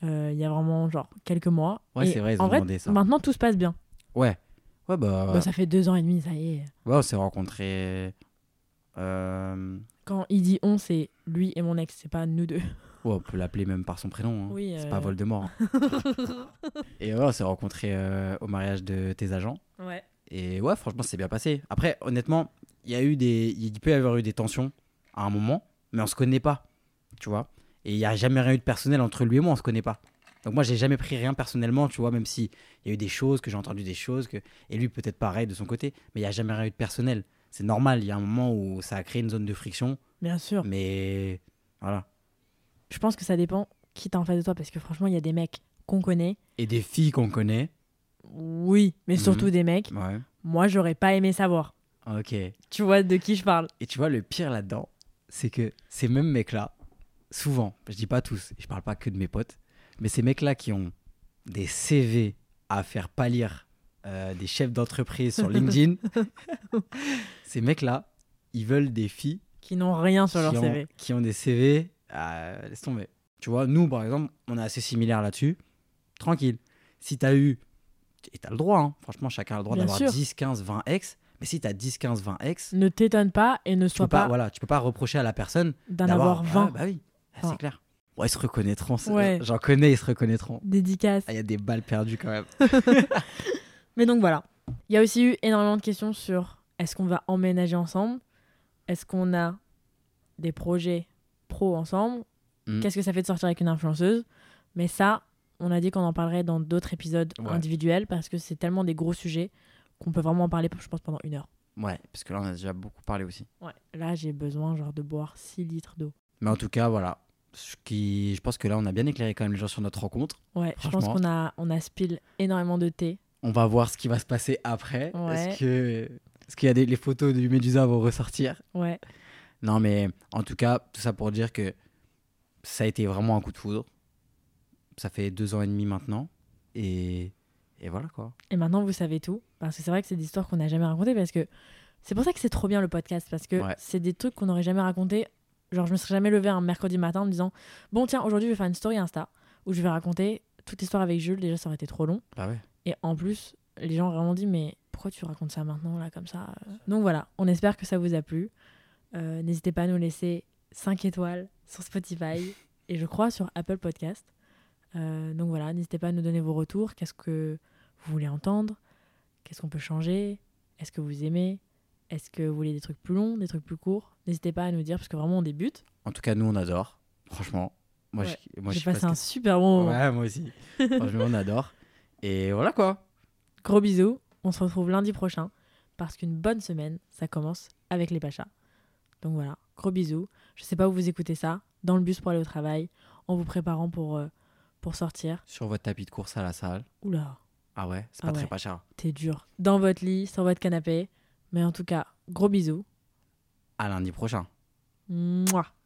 [SPEAKER 1] euh, Il y a vraiment, genre, quelques mois.
[SPEAKER 2] Ouais,
[SPEAKER 1] Et
[SPEAKER 2] c'est vrai, ils
[SPEAKER 1] en
[SPEAKER 2] ont
[SPEAKER 1] vrai,
[SPEAKER 2] demandé ça.
[SPEAKER 1] Maintenant, tout se passe bien.
[SPEAKER 2] Ouais. Ouais, bah,
[SPEAKER 1] Bon, ça fait deux ans et demi, ça y est.
[SPEAKER 2] ouais, on s'est rencontrés. euh,
[SPEAKER 1] Quand il dit on, c'est lui et mon ex, c'est pas nous deux.
[SPEAKER 2] ouais, on peut l'appeler même par son prénom. hein.
[SPEAKER 1] Oui,
[SPEAKER 2] C'est
[SPEAKER 1] euh.
[SPEAKER 2] pas Voldemort. hein.
[SPEAKER 1] (laughs)
[SPEAKER 2] et ouais, on s'est rencontrés euh, au mariage de tes agents.
[SPEAKER 1] Ouais.
[SPEAKER 2] Et ouais, franchement, c'est bien passé. Après, honnêtement, il y a eu des, il peut y avoir eu des tensions à un moment, mais on se connaît pas, tu vois. Et il y a jamais rien eu de personnel entre lui et moi, on se connaît pas. Donc moi, j'ai jamais pris rien personnellement, tu vois, même si il y a eu des choses que j'ai entendu des choses que et lui peut-être pareil de son côté, mais il y a jamais rien eu de personnel. C'est normal, il y a un moment où ça a créé une zone de friction,
[SPEAKER 1] Bien sûr.
[SPEAKER 2] mais voilà.
[SPEAKER 1] Je pense que ça dépend qui t'a en face de toi, parce que franchement, il y a des mecs qu'on connaît.
[SPEAKER 2] Et des filles qu'on connaît,
[SPEAKER 1] Oui, mais
[SPEAKER 2] Mhm.
[SPEAKER 1] surtout des mecs.
[SPEAKER 2] ouais.
[SPEAKER 1] Moi, j'aurais pas aimé savoir.
[SPEAKER 2] OK. Et
[SPEAKER 1] Tu vois de qui je parle.
[SPEAKER 2] tu vois le pire là-dedans, c'est que ces mêmes mecs-là, souvent, je dis pas tous, je parle pas que de mes potes, mais ces mecs-là qui ont des CV à faire pâlir euh, des chefs d'entreprise
[SPEAKER 1] (laughs)
[SPEAKER 2] sur LinkedIn, ces mecs-là, ils veulent des filles
[SPEAKER 1] Qui n'ont rien sur leur
[SPEAKER 2] qui, ont,
[SPEAKER 1] CV.
[SPEAKER 2] qui ont des CV, euh, laisse tomber. Tu vois, nous, par exemple, on est assez similaires là-dessus. Tranquille. Si t'as eu, et t'as le droit, hein, franchement, chacun a le droit
[SPEAKER 1] Bien
[SPEAKER 2] d'avoir
[SPEAKER 1] sûr.
[SPEAKER 2] 10, 15, 20 ex, mais si t'as 10, 15, 20 ex,
[SPEAKER 1] Ne t'étonne pas et ne
[SPEAKER 2] tu peux
[SPEAKER 1] sois
[SPEAKER 2] pas,
[SPEAKER 1] pas,
[SPEAKER 2] voilà, tu peux pas reprocher à la personne
[SPEAKER 1] d'en avoir 20.
[SPEAKER 2] Ah, bah oui, Ah,
[SPEAKER 1] Enfin.
[SPEAKER 2] c'est clair. Ouais, ils se reconnaîtront. c'est-
[SPEAKER 1] Ouais.
[SPEAKER 2] J'en connais, ils se reconnaîtront.
[SPEAKER 1] Dédicace.
[SPEAKER 2] Ah, Il y a des balles perdues quand même.
[SPEAKER 1] Mais donc voilà. Il y a aussi eu énormément de questions sur est-ce qu'on va emménager ensemble Est-ce qu'on a des projets pro ensemble
[SPEAKER 2] Mm.
[SPEAKER 1] Qu'est-ce que ça fait de sortir avec une influenceuse Mais ça, on a dit qu'on en parlerait dans d'autres épisodes
[SPEAKER 2] Ouais.
[SPEAKER 1] individuels parce que c'est tellement des gros sujets qu'on peut vraiment en parler, je pense, pendant une heure.
[SPEAKER 2] Ouais, parce que là, on a déjà beaucoup parlé aussi.
[SPEAKER 1] Ouais. Là, j'ai besoin genre de boire 6 litres d'eau.
[SPEAKER 2] Mais en tout cas, voilà. Ce qui... Je pense que là, on a bien éclairé quand même les gens sur notre rencontre.
[SPEAKER 1] Ouais, je pense
[SPEAKER 2] Franchement.
[SPEAKER 1] qu'on a, on a spill énormément de thé.
[SPEAKER 2] On va voir ce qui va se passer après.
[SPEAKER 1] Ouais.
[SPEAKER 2] Est-ce que, est-ce qu'il y a des les photos du Médusa vont ressortir
[SPEAKER 1] Ouais,
[SPEAKER 2] Non, mais en tout cas, tout ça pour dire que ça a été vraiment un coup de foudre. Ça fait deux ans et demi maintenant, et, et voilà quoi.
[SPEAKER 1] Et maintenant, vous savez tout. Parce que c'est vrai que c'est des histoires qu'on n'a jamais racontées. Parce que c'est pour ça que c'est trop bien le podcast. Parce que
[SPEAKER 2] Ouais.
[SPEAKER 1] c'est des trucs qu'on n'aurait jamais racontés. Genre, je me serais jamais levée un mercredi matin en me disant Bon, tiens, aujourd'hui, je vais faire une story Insta où je vais raconter toute l'histoire avec Jules. Déjà, ça aurait été trop long.
[SPEAKER 2] Bah ouais.
[SPEAKER 1] Et en plus, les gens ont vraiment dit Mais pourquoi tu racontes ça maintenant, là, comme ça euh Donc voilà, on espère que ça vous a plu. Euh, N'hésitez pas à nous laisser 5 étoiles sur
[SPEAKER 2] (laughs)
[SPEAKER 1] Spotify et je crois sur Apple Podcast. Euh, donc voilà, n'hésitez pas à nous donner vos retours. Qu'est-ce que vous voulez entendre Qu'est-ce qu'on peut changer Est-ce que vous aimez Est-ce que vous voulez des trucs plus longs, des trucs plus courts N'hésitez pas à nous dire parce que vraiment on débute.
[SPEAKER 2] En tout cas, nous, on adore. Franchement, moi,
[SPEAKER 1] Ouais.
[SPEAKER 2] je, moi, je
[SPEAKER 1] J'ai
[SPEAKER 2] sais
[SPEAKER 1] passé
[SPEAKER 2] pas
[SPEAKER 1] un
[SPEAKER 2] ce
[SPEAKER 1] super
[SPEAKER 2] que-
[SPEAKER 1] bon moment.
[SPEAKER 2] Ouais, moi aussi. Franchement, on adore. Et voilà quoi.
[SPEAKER 1] Gros bisous. On se retrouve lundi prochain parce qu'une bonne semaine, ça commence avec les Pachas. Donc voilà, gros bisous. Je sais pas où vous écoutez ça, dans le bus pour aller au travail, en vous préparant pour, euh, pour sortir.
[SPEAKER 2] Sur votre tapis de course à la salle.
[SPEAKER 1] Oula,
[SPEAKER 2] Ah ouais, c'est
[SPEAKER 1] Ah
[SPEAKER 2] pas très
[SPEAKER 1] ouais.
[SPEAKER 2] pas cher.
[SPEAKER 1] t'es dur. Dans votre lit, sur votre canapé. Mais en tout cas, gros bisous.
[SPEAKER 2] À lundi prochain.
[SPEAKER 1] Mouah.